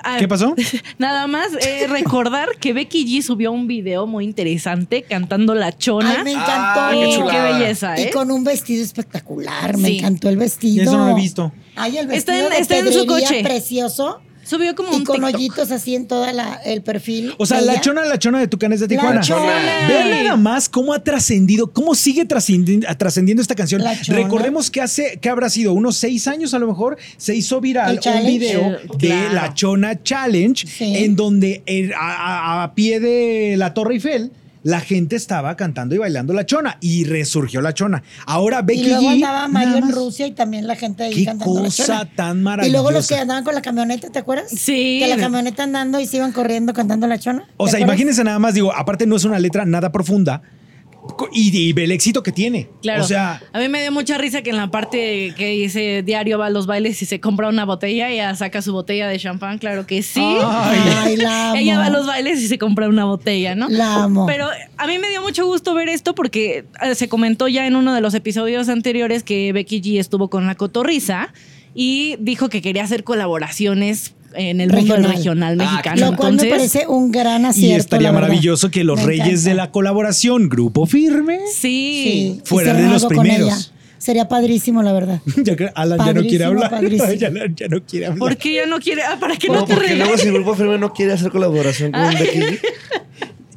[SPEAKER 4] Ah,
[SPEAKER 3] ¿Qué pasó?
[SPEAKER 4] Nada más eh, recordar que Becky G subió un video muy interesante cantando La Chona.
[SPEAKER 1] Ay, me encantó.
[SPEAKER 2] Ah,
[SPEAKER 4] Y
[SPEAKER 2] qué
[SPEAKER 4] qué,
[SPEAKER 2] chulada.
[SPEAKER 4] belleza,
[SPEAKER 1] Y
[SPEAKER 4] ¿eh?
[SPEAKER 1] con un vestido espectacular. Me
[SPEAKER 4] Sí.
[SPEAKER 1] encantó el vestido.
[SPEAKER 3] Eso no lo he visto.
[SPEAKER 1] Ay, el
[SPEAKER 4] Está
[SPEAKER 1] vestido
[SPEAKER 4] en-
[SPEAKER 1] de
[SPEAKER 4] está en su
[SPEAKER 1] pedrería
[SPEAKER 4] coche.
[SPEAKER 1] precioso.
[SPEAKER 4] Subió como
[SPEAKER 1] Y
[SPEAKER 4] un
[SPEAKER 1] con
[SPEAKER 4] TikTok.
[SPEAKER 1] hoyitos así en toda la, el perfil.
[SPEAKER 3] O sea,
[SPEAKER 1] Ella.
[SPEAKER 3] la chona, la chona de Tucanes de Tijuana.
[SPEAKER 1] La chona.
[SPEAKER 3] Vean nada más cómo ha trascendido, cómo sigue trascendi- trascendiendo esta canción.
[SPEAKER 1] La chona.
[SPEAKER 3] Recordemos que hace, que habrá sido unos seis años a lo mejor, se hizo
[SPEAKER 1] El
[SPEAKER 3] viral un
[SPEAKER 1] challenge.
[SPEAKER 3] video
[SPEAKER 4] El-
[SPEAKER 3] de
[SPEAKER 4] claro.
[SPEAKER 3] la Chona Challenge,
[SPEAKER 1] Sí.
[SPEAKER 3] en donde eh, a, a- a pie de la Torre Eiffel. La gente estaba cantando y bailando la chona y resurgió la chona. Ahora Becky
[SPEAKER 1] y luego
[SPEAKER 3] G,
[SPEAKER 1] andaba Mario
[SPEAKER 3] nada
[SPEAKER 1] en
[SPEAKER 3] más.
[SPEAKER 1] Rusia y también la gente ahí
[SPEAKER 3] Qué
[SPEAKER 1] cantando la
[SPEAKER 3] cosa
[SPEAKER 1] chona.
[SPEAKER 3] tan
[SPEAKER 1] Y luego los
[SPEAKER 3] maravillosa.
[SPEAKER 1] que andaban con la camioneta, ¿te acuerdas?
[SPEAKER 4] Sí.
[SPEAKER 1] Que la camioneta andando y se iban corriendo cantando la chona.
[SPEAKER 3] O
[SPEAKER 1] ¿te
[SPEAKER 3] sea,
[SPEAKER 1] acuerdas?
[SPEAKER 3] imagínense nada más, digo, aparte no es una letra nada profunda co- y, y ve el éxito que tiene.
[SPEAKER 4] Claro.
[SPEAKER 3] O sea,
[SPEAKER 4] a mí me dio mucha risa que en la parte que dice diario va a los bailes y se compra una botella, ella saca su botella de champán, claro que sí.
[SPEAKER 3] Ay.
[SPEAKER 1] Ay, la amo.
[SPEAKER 4] Ella va a los bailes y se compra una botella, ¿no?
[SPEAKER 1] La amo.
[SPEAKER 4] Pero a mí me dio mucho gusto ver esto porque eh, se comentó ya en uno de los episodios anteriores que Becky G estuvo con la cotorriza y dijo que quería hacer colaboraciones en el mundo del
[SPEAKER 1] Regional.
[SPEAKER 4] regional
[SPEAKER 2] Ah,
[SPEAKER 4] mexicano.
[SPEAKER 1] Lo cual
[SPEAKER 4] Entonces,
[SPEAKER 1] me parece un gran
[SPEAKER 3] Y
[SPEAKER 1] acierto.
[SPEAKER 3] estaría
[SPEAKER 1] Ah, la verdad.
[SPEAKER 3] maravilloso que los
[SPEAKER 1] Me
[SPEAKER 3] reyes
[SPEAKER 1] encanta.
[SPEAKER 3] de la colaboración, Grupo Firme,
[SPEAKER 4] sí.
[SPEAKER 1] Sí,
[SPEAKER 3] fueran
[SPEAKER 1] hicieran
[SPEAKER 3] de los
[SPEAKER 1] algo con
[SPEAKER 3] primeros.
[SPEAKER 1] ella. Sería padrísimo, la verdad.
[SPEAKER 3] Ya que Alan ya no quiere
[SPEAKER 1] Padrísimo,
[SPEAKER 3] hablar.
[SPEAKER 1] padrísimo.
[SPEAKER 3] Alan ya no quiere hablar.
[SPEAKER 4] ¿Por qué ya no quiere? Ah, para que no
[SPEAKER 2] No,
[SPEAKER 4] te
[SPEAKER 2] porque luego
[SPEAKER 4] regales.
[SPEAKER 2] si el grupo firme no quiere hacer colaboración con Becky G.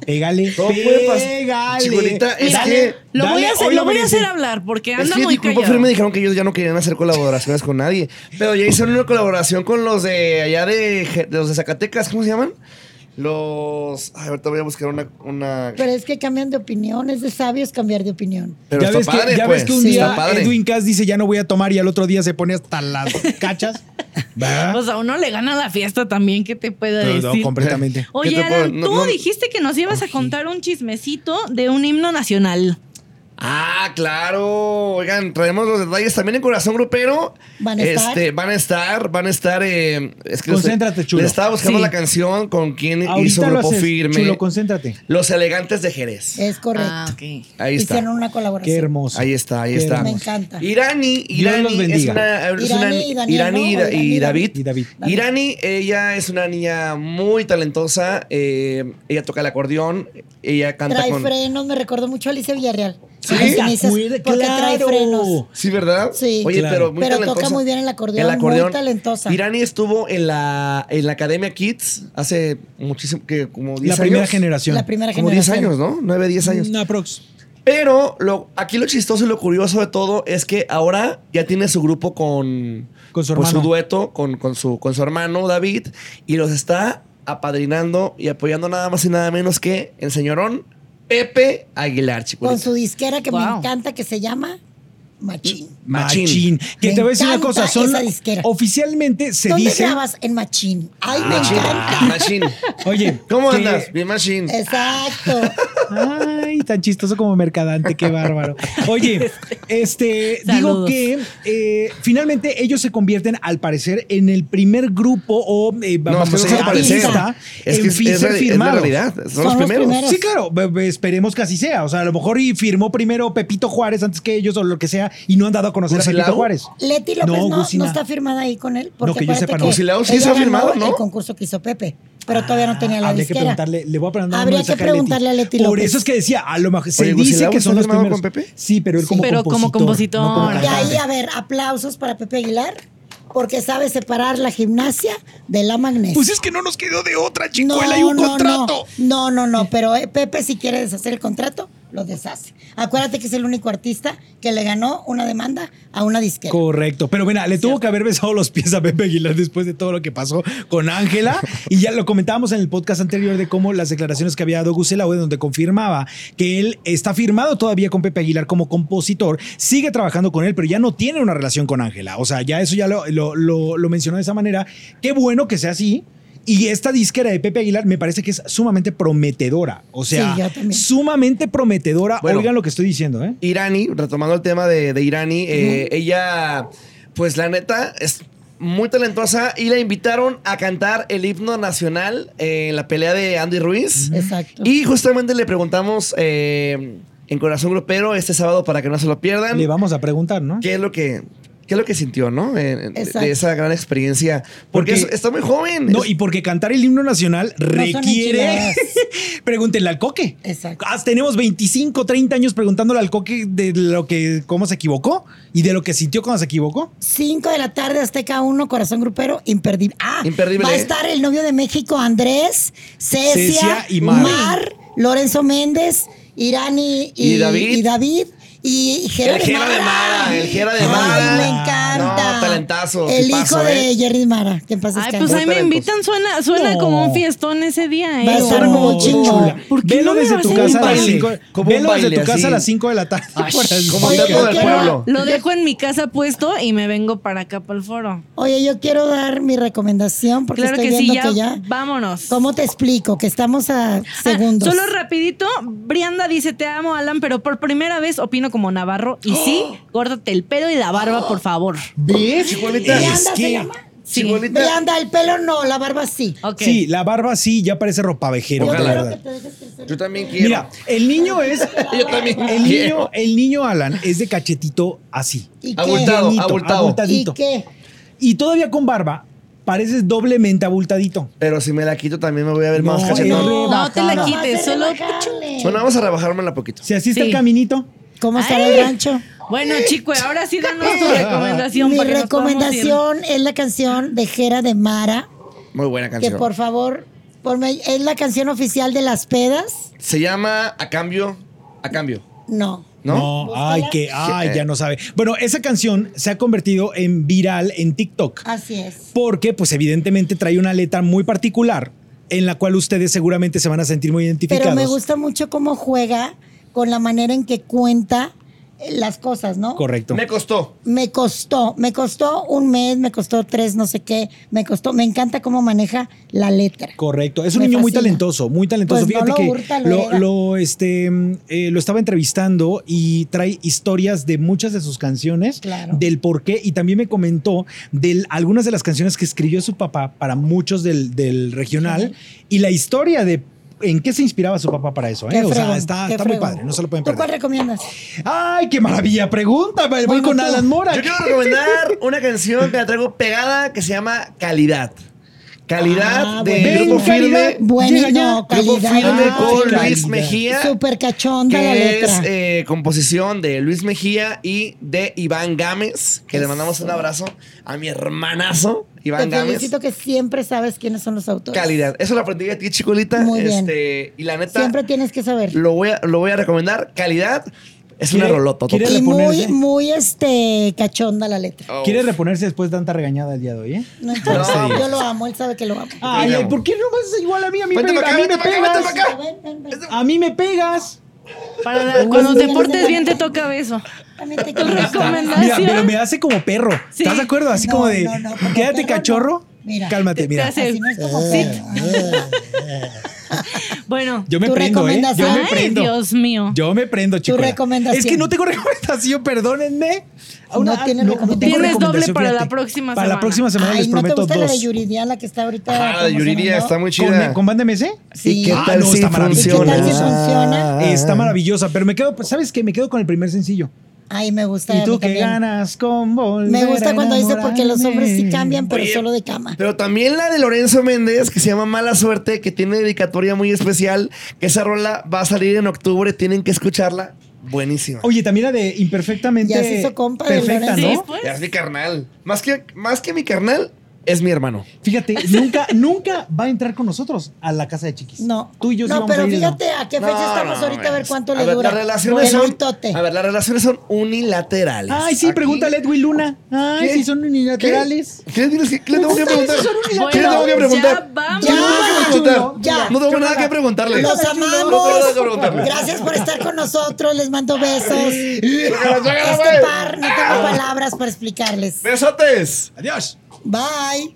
[SPEAKER 3] Pégale.
[SPEAKER 2] Todo puede pasar.
[SPEAKER 3] pégale.
[SPEAKER 2] Chibolita, es
[SPEAKER 4] Mira,
[SPEAKER 2] que.
[SPEAKER 4] Lo voy a
[SPEAKER 3] Dale,
[SPEAKER 4] hacer,
[SPEAKER 3] hoy
[SPEAKER 4] lo
[SPEAKER 3] lo
[SPEAKER 4] voy a
[SPEAKER 3] merece.
[SPEAKER 4] hacer hablar porque
[SPEAKER 2] Es
[SPEAKER 4] anda
[SPEAKER 2] que
[SPEAKER 4] muy
[SPEAKER 2] el grupo
[SPEAKER 4] callado.
[SPEAKER 2] firme dijeron que ellos ya no querían hacer colaboraciones con nadie. Pero ya hicieron una colaboración con los de allá de, Je- de los de Zacatecas, ¿cómo se llaman? Los. Ay, ahorita voy a buscar una. una...
[SPEAKER 1] Pero es que cambian de opinión, es de sabios cambiar de opinión.
[SPEAKER 2] Pero
[SPEAKER 3] ya
[SPEAKER 2] está
[SPEAKER 3] ves que,
[SPEAKER 2] padre,
[SPEAKER 3] ya
[SPEAKER 2] pues.
[SPEAKER 3] ves que un
[SPEAKER 1] Sí.
[SPEAKER 3] día
[SPEAKER 2] está padre.
[SPEAKER 3] Edwin Cass dice ya no voy a tomar y al otro día se pone hasta las cachas.
[SPEAKER 2] ¿ah?
[SPEAKER 3] ¿Va?
[SPEAKER 4] O sea, uno le gana la fiesta también, ¿qué te pueda
[SPEAKER 3] No, no,
[SPEAKER 4] decir?
[SPEAKER 3] completamente.
[SPEAKER 2] ¿Qué
[SPEAKER 4] Oye,
[SPEAKER 2] te puedo-
[SPEAKER 4] Adán,
[SPEAKER 2] no,
[SPEAKER 4] tú
[SPEAKER 2] no-
[SPEAKER 4] dijiste que nos ibas a contar un chismecito de un himno nacional.
[SPEAKER 2] Ah, claro. Oigan, traemos los detalles también en Corazón Grupero.
[SPEAKER 1] ¿Van a estar?
[SPEAKER 2] Este, van a estar, van a estar. eh, es que
[SPEAKER 3] Concéntrate,
[SPEAKER 2] les-
[SPEAKER 3] chulo.
[SPEAKER 2] Les estaba buscando
[SPEAKER 4] Sí.
[SPEAKER 2] la canción con quien hizo
[SPEAKER 3] Ahorita lo
[SPEAKER 2] grupo
[SPEAKER 3] haces.
[SPEAKER 2] firme.
[SPEAKER 3] Chulo, concéntrate.
[SPEAKER 2] los elegantes de Jerez.
[SPEAKER 1] Es correcto.
[SPEAKER 4] Ah, ok.
[SPEAKER 2] Ahí está.
[SPEAKER 1] Eh, Hicieron una colaboración.
[SPEAKER 3] Qué hermoso.
[SPEAKER 2] Ahí está, ahí
[SPEAKER 3] Qué
[SPEAKER 2] está.
[SPEAKER 1] Me
[SPEAKER 3] hermoso.
[SPEAKER 1] encanta.
[SPEAKER 2] Irani,
[SPEAKER 3] Dios
[SPEAKER 2] Irani
[SPEAKER 3] los bendiga.
[SPEAKER 2] es una, es una-
[SPEAKER 1] Irani y Daniel,
[SPEAKER 2] Irani y
[SPEAKER 1] ¿no?
[SPEAKER 2] Da- y
[SPEAKER 1] Irani,
[SPEAKER 2] David.
[SPEAKER 3] Y David.
[SPEAKER 2] Irani, ella es una niña muy talentosa. eh, ella toca el acordeón, ella canta
[SPEAKER 1] Trae
[SPEAKER 2] con.
[SPEAKER 1] frenos, me recuerdo mucho a Alicia Villarreal.
[SPEAKER 2] Sí.
[SPEAKER 1] Las cenizas, porque trae frenos.
[SPEAKER 2] Sí, ¿verdad?
[SPEAKER 1] Sí.
[SPEAKER 2] Oye,
[SPEAKER 3] Claro.
[SPEAKER 2] pero muy
[SPEAKER 1] Pero
[SPEAKER 2] talentosa.
[SPEAKER 1] toca muy bien el acordeón,
[SPEAKER 2] El acordeón.
[SPEAKER 1] muy talentosa.
[SPEAKER 2] Irani estuvo en la, en la Academia Kids hace muchísimo, que como 10
[SPEAKER 3] La
[SPEAKER 2] años.
[SPEAKER 3] primera generación. Mm,
[SPEAKER 1] La primera
[SPEAKER 2] Como 10
[SPEAKER 1] generación.
[SPEAKER 2] años, ¿no? 9, 10 años.
[SPEAKER 3] Una prox.
[SPEAKER 2] Pero lo, aquí lo chistoso y lo curioso de todo es que ahora ya tiene su grupo con,
[SPEAKER 3] Con su
[SPEAKER 2] pues,
[SPEAKER 3] hermano.
[SPEAKER 2] dueto, con, con su, con su hermano David, y los está apadrinando y apoyando nada más y nada menos que el señorón Pepe Aguilar, chicos.
[SPEAKER 1] Con su disquera que me
[SPEAKER 4] Wow.
[SPEAKER 1] encanta, que se llama Machín.
[SPEAKER 2] Machín.
[SPEAKER 3] Machín. Que
[SPEAKER 1] Me
[SPEAKER 3] te voy a decir una
[SPEAKER 1] encanta
[SPEAKER 3] cosa. Son
[SPEAKER 1] esa disquera.
[SPEAKER 3] oficialmente se
[SPEAKER 1] ¿Dónde
[SPEAKER 3] dice.
[SPEAKER 1] grabas? En Machín. Ah, Ay, me
[SPEAKER 2] Machín.
[SPEAKER 1] encanta. Este,
[SPEAKER 2] Machín.
[SPEAKER 3] Oye,
[SPEAKER 2] ¿Cómo
[SPEAKER 3] que-
[SPEAKER 2] andas? Bien, Machín.
[SPEAKER 1] Exacto.
[SPEAKER 3] Ay, tan chistoso como mercadante, qué bárbaro. Oye, este, digo
[SPEAKER 4] Saludos.
[SPEAKER 3] que eh, finalmente ellos se convierten, al parecer, en el primer grupo o eh,
[SPEAKER 2] No, es que no
[SPEAKER 3] a
[SPEAKER 2] se
[SPEAKER 3] decir,
[SPEAKER 2] parece.
[SPEAKER 3] artista
[SPEAKER 2] Es
[SPEAKER 3] en
[SPEAKER 2] que es,
[SPEAKER 3] fin
[SPEAKER 2] es
[SPEAKER 3] ser
[SPEAKER 2] reali- es la
[SPEAKER 3] firmado.
[SPEAKER 2] realidad. Son,
[SPEAKER 1] Son
[SPEAKER 2] los
[SPEAKER 1] los
[SPEAKER 2] primeros.
[SPEAKER 1] primeros.
[SPEAKER 3] Sí, claro, be- be- esperemos que así sea. O sea, a lo mejor y firmó primero Pepito Juárez antes que ellos o lo que sea y no han dado a conocer a
[SPEAKER 2] ¿Gusilao?
[SPEAKER 3] Pepito Juárez.
[SPEAKER 1] Leti López
[SPEAKER 3] No,
[SPEAKER 1] no, no,
[SPEAKER 3] Gusina.
[SPEAKER 1] está firmada ahí con él. Porque
[SPEAKER 3] No, que yo
[SPEAKER 1] acuérdate
[SPEAKER 3] sepa, no.
[SPEAKER 2] Gusilao sí
[SPEAKER 1] ella
[SPEAKER 2] se ha
[SPEAKER 1] ganó
[SPEAKER 2] firmado, ¿no?
[SPEAKER 1] El concurso que hizo Pepe, pero todavía no tenía la
[SPEAKER 3] Ah, Habría que
[SPEAKER 1] disquera.
[SPEAKER 3] preguntarle, le voy a preguntar
[SPEAKER 1] Habría
[SPEAKER 3] una vez
[SPEAKER 1] que
[SPEAKER 3] acá Leti.
[SPEAKER 1] preguntarle a Leti
[SPEAKER 3] Por
[SPEAKER 1] López.
[SPEAKER 3] eso es que decía, a lo mejor se
[SPEAKER 2] Oye,
[SPEAKER 3] dice
[SPEAKER 2] Gusilao,
[SPEAKER 3] que son
[SPEAKER 2] ¿está
[SPEAKER 3] los
[SPEAKER 2] firmado
[SPEAKER 3] primeros.
[SPEAKER 2] con Pepe?
[SPEAKER 3] Sí, pero él como
[SPEAKER 4] Pero como
[SPEAKER 3] compositor. no como
[SPEAKER 4] compositor.
[SPEAKER 1] Y
[SPEAKER 3] cantante.
[SPEAKER 1] ahí, a ver, aplausos para Pepe Aguilar, porque sabe separar la gimnasia de la magnesia.
[SPEAKER 3] Pues es que no nos quedó de otra, chicuela, hay un
[SPEAKER 1] no,
[SPEAKER 3] contrato.
[SPEAKER 1] No, no, no, pero eh, Pepe si quiere deshacer el contrato, lo deshace. Acuérdate que es el único artista que le ganó una demanda a una disquera.
[SPEAKER 3] Correcto, pero mira, le tuvo que haber besado los pies a Pepe Aguilar después de todo lo que pasó con Ángela y ya lo comentábamos en el podcast anterior de cómo las declaraciones que había dado Guselaue donde confirmaba que él está firmado todavía con Pepe Aguilar como compositor, sigue trabajando con él, pero ya no tiene una relación con Ángela, o sea, ya eso ya lo, lo, lo- lo mencionó de esa manera, qué bueno que sea así. Y esta disquera de Pepe Aguilar me parece que es sumamente prometedora. O sea,
[SPEAKER 1] Sí, yo también.
[SPEAKER 3] sumamente prometedora.
[SPEAKER 2] Bueno.
[SPEAKER 3] Oigan lo que estoy diciendo, ¿eh?
[SPEAKER 2] Irani, retomando el tema de, de Irani, eh, ella, pues la neta, es muy talentosa y la invitaron a cantar el himno nacional eh, en la pelea de Andy Ruiz.
[SPEAKER 1] Exacto.
[SPEAKER 2] Y justamente le preguntamos eh, en Corazón Grupero este sábado para que no se lo pierdan.
[SPEAKER 3] Le vamos a preguntar, ¿no?
[SPEAKER 2] ¿Qué es lo que.? ¿Qué es lo que sintió, no? En- en-
[SPEAKER 1] Exacto.
[SPEAKER 2] de esa gran experiencia. Porque,
[SPEAKER 3] Porque-
[SPEAKER 2] es- está muy joven.
[SPEAKER 3] No,
[SPEAKER 2] Es-
[SPEAKER 3] y porque cantar el himno nacional requiere.
[SPEAKER 1] enchiladas.
[SPEAKER 3] Pregúntenle al coque.
[SPEAKER 1] Exacto.
[SPEAKER 3] Ah, tenemos 25, 30 años preguntándole al coque de lo que, cómo se equivocó y de lo que sintió cuando se equivocó.
[SPEAKER 1] 5 de la tarde, Azteca 1, Corazón Grupero, imperdible. Ah,
[SPEAKER 2] Imperdible,
[SPEAKER 1] va a
[SPEAKER 2] ¿eh?
[SPEAKER 1] estar el novio de México, Andrés, Cecia,
[SPEAKER 3] Cecia y
[SPEAKER 1] y
[SPEAKER 3] Mar.
[SPEAKER 1] Mar. Lorenzo Méndez, Irani y,
[SPEAKER 2] Y David.
[SPEAKER 1] Y David. Y Jera
[SPEAKER 2] El
[SPEAKER 1] de
[SPEAKER 2] Jera de
[SPEAKER 1] Mara.
[SPEAKER 2] Mara, el Jera de
[SPEAKER 1] Ay,
[SPEAKER 2] Mara.
[SPEAKER 1] me encanta.
[SPEAKER 2] No, talentazo,
[SPEAKER 1] El
[SPEAKER 2] tipazo,
[SPEAKER 1] hijo de
[SPEAKER 2] ¿eh?
[SPEAKER 1] Jerry Mara, que en paz
[SPEAKER 4] Ay,
[SPEAKER 1] descanse.
[SPEAKER 4] pues
[SPEAKER 2] Muy
[SPEAKER 4] ahí me
[SPEAKER 2] talentoso.
[SPEAKER 4] invitan, suena, suena
[SPEAKER 3] No.
[SPEAKER 4] como un fiestón ese día, ¿eh?
[SPEAKER 1] Va a estar
[SPEAKER 4] No.
[SPEAKER 1] como chingo.
[SPEAKER 4] ¿Por qué
[SPEAKER 3] Velo
[SPEAKER 4] no me
[SPEAKER 3] desde
[SPEAKER 4] vas
[SPEAKER 3] tu
[SPEAKER 4] a
[SPEAKER 3] casa a las
[SPEAKER 2] invitar?
[SPEAKER 3] 5
[SPEAKER 2] Como un
[SPEAKER 3] Velo desde tu
[SPEAKER 2] baile,
[SPEAKER 3] casa a
[SPEAKER 2] así.
[SPEAKER 3] las 5 de la tarde.
[SPEAKER 2] como
[SPEAKER 1] Oye,
[SPEAKER 2] teatro
[SPEAKER 1] yo
[SPEAKER 2] del
[SPEAKER 1] quiero-
[SPEAKER 2] pueblo.
[SPEAKER 4] Lo dejo en mi casa puesto y me vengo para acá, para el foro.
[SPEAKER 1] Oye, yo quiero dar mi recomendación porque
[SPEAKER 4] Claro
[SPEAKER 1] estoy
[SPEAKER 4] que sí,
[SPEAKER 1] viendo
[SPEAKER 4] ya,
[SPEAKER 1] que ya.
[SPEAKER 4] vámonos.
[SPEAKER 1] ¿Cómo te explico? Que estamos a
[SPEAKER 4] Ah,
[SPEAKER 1] segundos.
[SPEAKER 4] solo rapidito, Brianda dice, te amo, Alan, pero por primera vez opino como Navarro. Y sí, córtate el pelo y la barba, por favor.
[SPEAKER 3] ¿Ves?
[SPEAKER 2] Chicuelita.
[SPEAKER 1] Brianda se
[SPEAKER 3] que-
[SPEAKER 1] llama.
[SPEAKER 4] Sí.
[SPEAKER 2] Chicuelita,
[SPEAKER 1] Brianda, el pelo no, la barba sí.
[SPEAKER 4] Ok.
[SPEAKER 3] Sí, la barba sí, ya parece ropa vejero.
[SPEAKER 1] Yo
[SPEAKER 2] Ojalá.
[SPEAKER 1] quiero que te dejes crecer.
[SPEAKER 2] Yo también quiero.
[SPEAKER 3] Mira, el niño es.
[SPEAKER 2] Yo también
[SPEAKER 3] El niño,
[SPEAKER 2] quiero.
[SPEAKER 3] el niño Alan es de cachetito así.
[SPEAKER 1] ¿Y qué?
[SPEAKER 2] Abultado,
[SPEAKER 3] Llenito,
[SPEAKER 2] abultado.
[SPEAKER 1] ¿Y
[SPEAKER 3] abultadito.
[SPEAKER 1] qué?
[SPEAKER 3] Y todavía con barba, pareces doblemente abultadito.
[SPEAKER 2] Pero si me la quito también me voy a ver
[SPEAKER 3] No,
[SPEAKER 2] más
[SPEAKER 3] es
[SPEAKER 2] cachetón.
[SPEAKER 3] re-
[SPEAKER 4] No te la quites, solo.
[SPEAKER 2] Bueno, vamos a rebajármela poquito.
[SPEAKER 3] Si así está
[SPEAKER 4] Sí.
[SPEAKER 3] el caminito.
[SPEAKER 1] ¿Cómo está el
[SPEAKER 4] Ay.
[SPEAKER 1] rancho?
[SPEAKER 4] Bueno, chico, ahora sí danos tu recomendación.
[SPEAKER 1] Mi
[SPEAKER 4] para que nos podamos ir.
[SPEAKER 1] recomendación es la canción de Jera de Mara,
[SPEAKER 2] Muy buena
[SPEAKER 1] que
[SPEAKER 2] canción.
[SPEAKER 1] por favor, ponme- es la canción oficial de Las Pedas.
[SPEAKER 2] Se llama A Cambio, A Cambio,
[SPEAKER 1] No.
[SPEAKER 2] ¿no?
[SPEAKER 3] ay, que, ay, ya no sabe. Bueno, esa canción se ha convertido en viral en TikTok.
[SPEAKER 1] Así es.
[SPEAKER 3] Porque, pues, evidentemente trae una letra muy particular en la cual ustedes seguramente se van a sentir muy identificados.
[SPEAKER 1] Pero me gusta mucho cómo juega con la manera en que cuenta eh, las cosas, ¿no?
[SPEAKER 3] Correcto.
[SPEAKER 2] Me costó.
[SPEAKER 1] Me costó, me costó un mes, me costó tres, no sé qué, me costó, me encanta cómo maneja la letra.
[SPEAKER 3] Correcto. Es un
[SPEAKER 1] Me
[SPEAKER 3] niño muy
[SPEAKER 1] fascina.
[SPEAKER 3] talentoso, muy talentoso.
[SPEAKER 1] Pues no
[SPEAKER 3] Fíjate
[SPEAKER 1] lo
[SPEAKER 3] que
[SPEAKER 1] hurta, lo
[SPEAKER 3] lo,
[SPEAKER 1] hereda.
[SPEAKER 3] lo, este, mm, eh, lo estaba entrevistando y trae historias de muchas de sus canciones,
[SPEAKER 1] Claro.
[SPEAKER 3] del por qué, y también me comentó de algunas de las canciones que escribió su papá para muchos del, del regional y la historia de en qué se inspiraba su papá para eso. ¿eh?
[SPEAKER 1] Qué
[SPEAKER 3] O sea,
[SPEAKER 1] fregón,
[SPEAKER 3] está,
[SPEAKER 1] qué
[SPEAKER 3] está muy
[SPEAKER 1] fregón.
[SPEAKER 3] padre, no se lo pueden
[SPEAKER 1] ¿Tú cuál
[SPEAKER 3] perder.
[SPEAKER 1] recomiendas?
[SPEAKER 3] ¡Ay, qué maravilla! Pregunta, voy
[SPEAKER 1] Bueno,
[SPEAKER 3] con
[SPEAKER 1] tú.
[SPEAKER 3] Alan Mora.
[SPEAKER 2] Yo quiero recomendar una canción que la traigo pegada que se llama Calidad. Calidad
[SPEAKER 1] Ah,
[SPEAKER 2] de
[SPEAKER 1] bueno. Ven,
[SPEAKER 2] Grupo Firme.
[SPEAKER 3] Calidad.
[SPEAKER 1] Bueno,
[SPEAKER 3] Llega ya.
[SPEAKER 1] no,
[SPEAKER 2] Grupo
[SPEAKER 1] calidad.
[SPEAKER 2] Firme
[SPEAKER 3] Ah,
[SPEAKER 2] con
[SPEAKER 3] Calidad.
[SPEAKER 2] Luis Mejía.
[SPEAKER 1] Súper cachonda la
[SPEAKER 2] que es
[SPEAKER 1] letra.
[SPEAKER 2] eh, composición de Luis Mejía y de Iván Gámez, que le mandamos un abrazo a mi hermanazo, Iván
[SPEAKER 1] Te
[SPEAKER 2] Gámez.
[SPEAKER 1] felicito que siempre sabes quiénes son los autores.
[SPEAKER 2] Calidad. Eso lo aprendí de ti, chicolita.
[SPEAKER 1] Muy bien.
[SPEAKER 2] Este, y la neta,
[SPEAKER 1] Siempre tienes que saber.
[SPEAKER 2] lo, voy a, lo voy a recomendar. Calidad es una
[SPEAKER 3] ¿Quiere-
[SPEAKER 2] rolota.
[SPEAKER 3] quiere
[SPEAKER 2] total.
[SPEAKER 1] Y
[SPEAKER 3] le
[SPEAKER 1] muy,
[SPEAKER 3] pones-
[SPEAKER 1] muy este cachonda la letra.
[SPEAKER 2] Oh.
[SPEAKER 3] ¿Quieres reponerse después de tanta regañada el día de hoy? eh?
[SPEAKER 1] No, entonces,
[SPEAKER 2] No. Ah.
[SPEAKER 1] yo lo amo, él sabe que lo amo.
[SPEAKER 3] Ay,
[SPEAKER 2] Digamos.
[SPEAKER 3] ¿por qué no vas igual a mí? A mí,
[SPEAKER 2] Vente
[SPEAKER 3] me-
[SPEAKER 2] pa'
[SPEAKER 3] a
[SPEAKER 2] acá,
[SPEAKER 3] mí
[SPEAKER 2] vente
[SPEAKER 3] me
[SPEAKER 2] pa' acá, vente
[SPEAKER 3] pegas.
[SPEAKER 2] pa' acá.
[SPEAKER 1] Ven, ven, ven.
[SPEAKER 3] A mí me pegas.
[SPEAKER 4] Para la- cuando te portes bien, te toca beso.
[SPEAKER 1] También te
[SPEAKER 4] Tu
[SPEAKER 1] quiero.
[SPEAKER 4] recomendación.
[SPEAKER 3] Mira, pero me hace como perro.
[SPEAKER 4] Sí.
[SPEAKER 3] ¿Estás de acuerdo? Así
[SPEAKER 1] No,
[SPEAKER 3] como de,
[SPEAKER 1] no, no, como
[SPEAKER 3] quédate
[SPEAKER 1] perro,
[SPEAKER 3] cachorro.
[SPEAKER 1] no. Mira.
[SPEAKER 3] Cálmate,
[SPEAKER 4] Te-
[SPEAKER 3] mira.
[SPEAKER 4] te hace-
[SPEAKER 1] Así no es como perro.
[SPEAKER 4] Bueno,
[SPEAKER 3] Yo me
[SPEAKER 1] Tu
[SPEAKER 3] prendo, ¿eh? Yo
[SPEAKER 1] recomendación.
[SPEAKER 3] me
[SPEAKER 4] ay,
[SPEAKER 3] prendo.
[SPEAKER 4] Dios mío.
[SPEAKER 3] Yo me prendo, chicos.
[SPEAKER 1] recomendación.
[SPEAKER 3] Es que no tengo recomendación, perdónenme.
[SPEAKER 1] No tienes recomendación.
[SPEAKER 3] tengo
[SPEAKER 4] Tienes doble
[SPEAKER 3] recomendación,
[SPEAKER 4] para la
[SPEAKER 3] fíjate.
[SPEAKER 4] próxima
[SPEAKER 3] Para la
[SPEAKER 4] semana.
[SPEAKER 3] próxima semana
[SPEAKER 1] Ay,
[SPEAKER 3] les
[SPEAKER 1] ¿no te
[SPEAKER 3] prometo
[SPEAKER 1] gusta la de
[SPEAKER 3] dos.
[SPEAKER 1] Yuridia, la que está ahorita?
[SPEAKER 2] Ah, la Yuridia
[SPEAKER 1] promocionando?
[SPEAKER 2] está muy chida.
[SPEAKER 3] ¿Con, ¿Con Banda MC?
[SPEAKER 1] Sí.
[SPEAKER 2] ¿Y qué
[SPEAKER 1] Ah,
[SPEAKER 2] tal
[SPEAKER 3] no,
[SPEAKER 2] si
[SPEAKER 3] está maravilloso.
[SPEAKER 2] funciona?
[SPEAKER 1] ¿Y qué tal si
[SPEAKER 2] Ah.
[SPEAKER 1] funciona?
[SPEAKER 3] Está maravillosa, pero me quedo, pues, ¿sabes qué? Me quedo con el primer sencillo.
[SPEAKER 1] Ay, me gusta. a
[SPEAKER 3] Y
[SPEAKER 1] mí
[SPEAKER 3] tú que
[SPEAKER 1] también.
[SPEAKER 3] ganas con volver
[SPEAKER 1] Me gusta
[SPEAKER 3] a
[SPEAKER 1] cuando dice porque los hombres sí
[SPEAKER 3] enamorarme.
[SPEAKER 1] cambian, pero
[SPEAKER 2] Oye,
[SPEAKER 1] solo de cama.
[SPEAKER 2] Pero también la de Lorenzo Méndez, que se llama Mala Suerte, que tiene dedicatoria muy especial, que esa rola va a salir en octubre, tienen que escucharla. Buenísima.
[SPEAKER 3] Oye, también la de imperfectamente.
[SPEAKER 1] Ya se hizo compa de
[SPEAKER 3] perfecta,
[SPEAKER 1] Lorenzo.
[SPEAKER 3] ¿no?
[SPEAKER 4] Sí, pues.
[SPEAKER 2] Ya es mi carnal. Más que, más que mi carnal, es mi hermano.
[SPEAKER 3] Fíjate, nunca, nunca va a entrar con nosotros a la casa de chiquis.
[SPEAKER 1] No.
[SPEAKER 3] Tú y yo sí
[SPEAKER 1] No,
[SPEAKER 3] vamos
[SPEAKER 1] pero
[SPEAKER 3] a ir, ¿no?
[SPEAKER 1] fíjate a qué fecha
[SPEAKER 2] No,
[SPEAKER 1] estamos
[SPEAKER 2] no,
[SPEAKER 1] ahorita a ver cuánto
[SPEAKER 2] a
[SPEAKER 1] le
[SPEAKER 2] ver,
[SPEAKER 1] dura.
[SPEAKER 2] Las relaciones
[SPEAKER 1] Por el
[SPEAKER 2] son.
[SPEAKER 1] altote.
[SPEAKER 2] A ver, las relaciones son unilaterales.
[SPEAKER 3] Ay, sí,
[SPEAKER 2] Aquí-
[SPEAKER 3] pregúntale a Edwin Luna. Ay,
[SPEAKER 2] ¿Qué?
[SPEAKER 3] si son
[SPEAKER 2] ¿Qué?
[SPEAKER 3] unilaterales.
[SPEAKER 2] ¿Qué, le tienes que- qué le tengo que preguntar?
[SPEAKER 4] unilaterales.
[SPEAKER 2] ¿Qué le tengo que
[SPEAKER 4] Bueno, ya
[SPEAKER 2] preguntar?
[SPEAKER 4] vamos.
[SPEAKER 2] ¿Qué le tengo que preguntar?
[SPEAKER 1] Ya.
[SPEAKER 2] No tengo nada que preguntarle.
[SPEAKER 1] Los
[SPEAKER 2] No tengo nada que
[SPEAKER 1] amamos.
[SPEAKER 2] preguntarle.
[SPEAKER 1] Gracias por estar con nosotros. Les mando besos.
[SPEAKER 2] Sácala, sácala,
[SPEAKER 1] Este
[SPEAKER 2] güey.
[SPEAKER 1] par, no tengo palabras para explicarles.
[SPEAKER 2] Besotes.
[SPEAKER 3] Adiós.
[SPEAKER 1] Bye.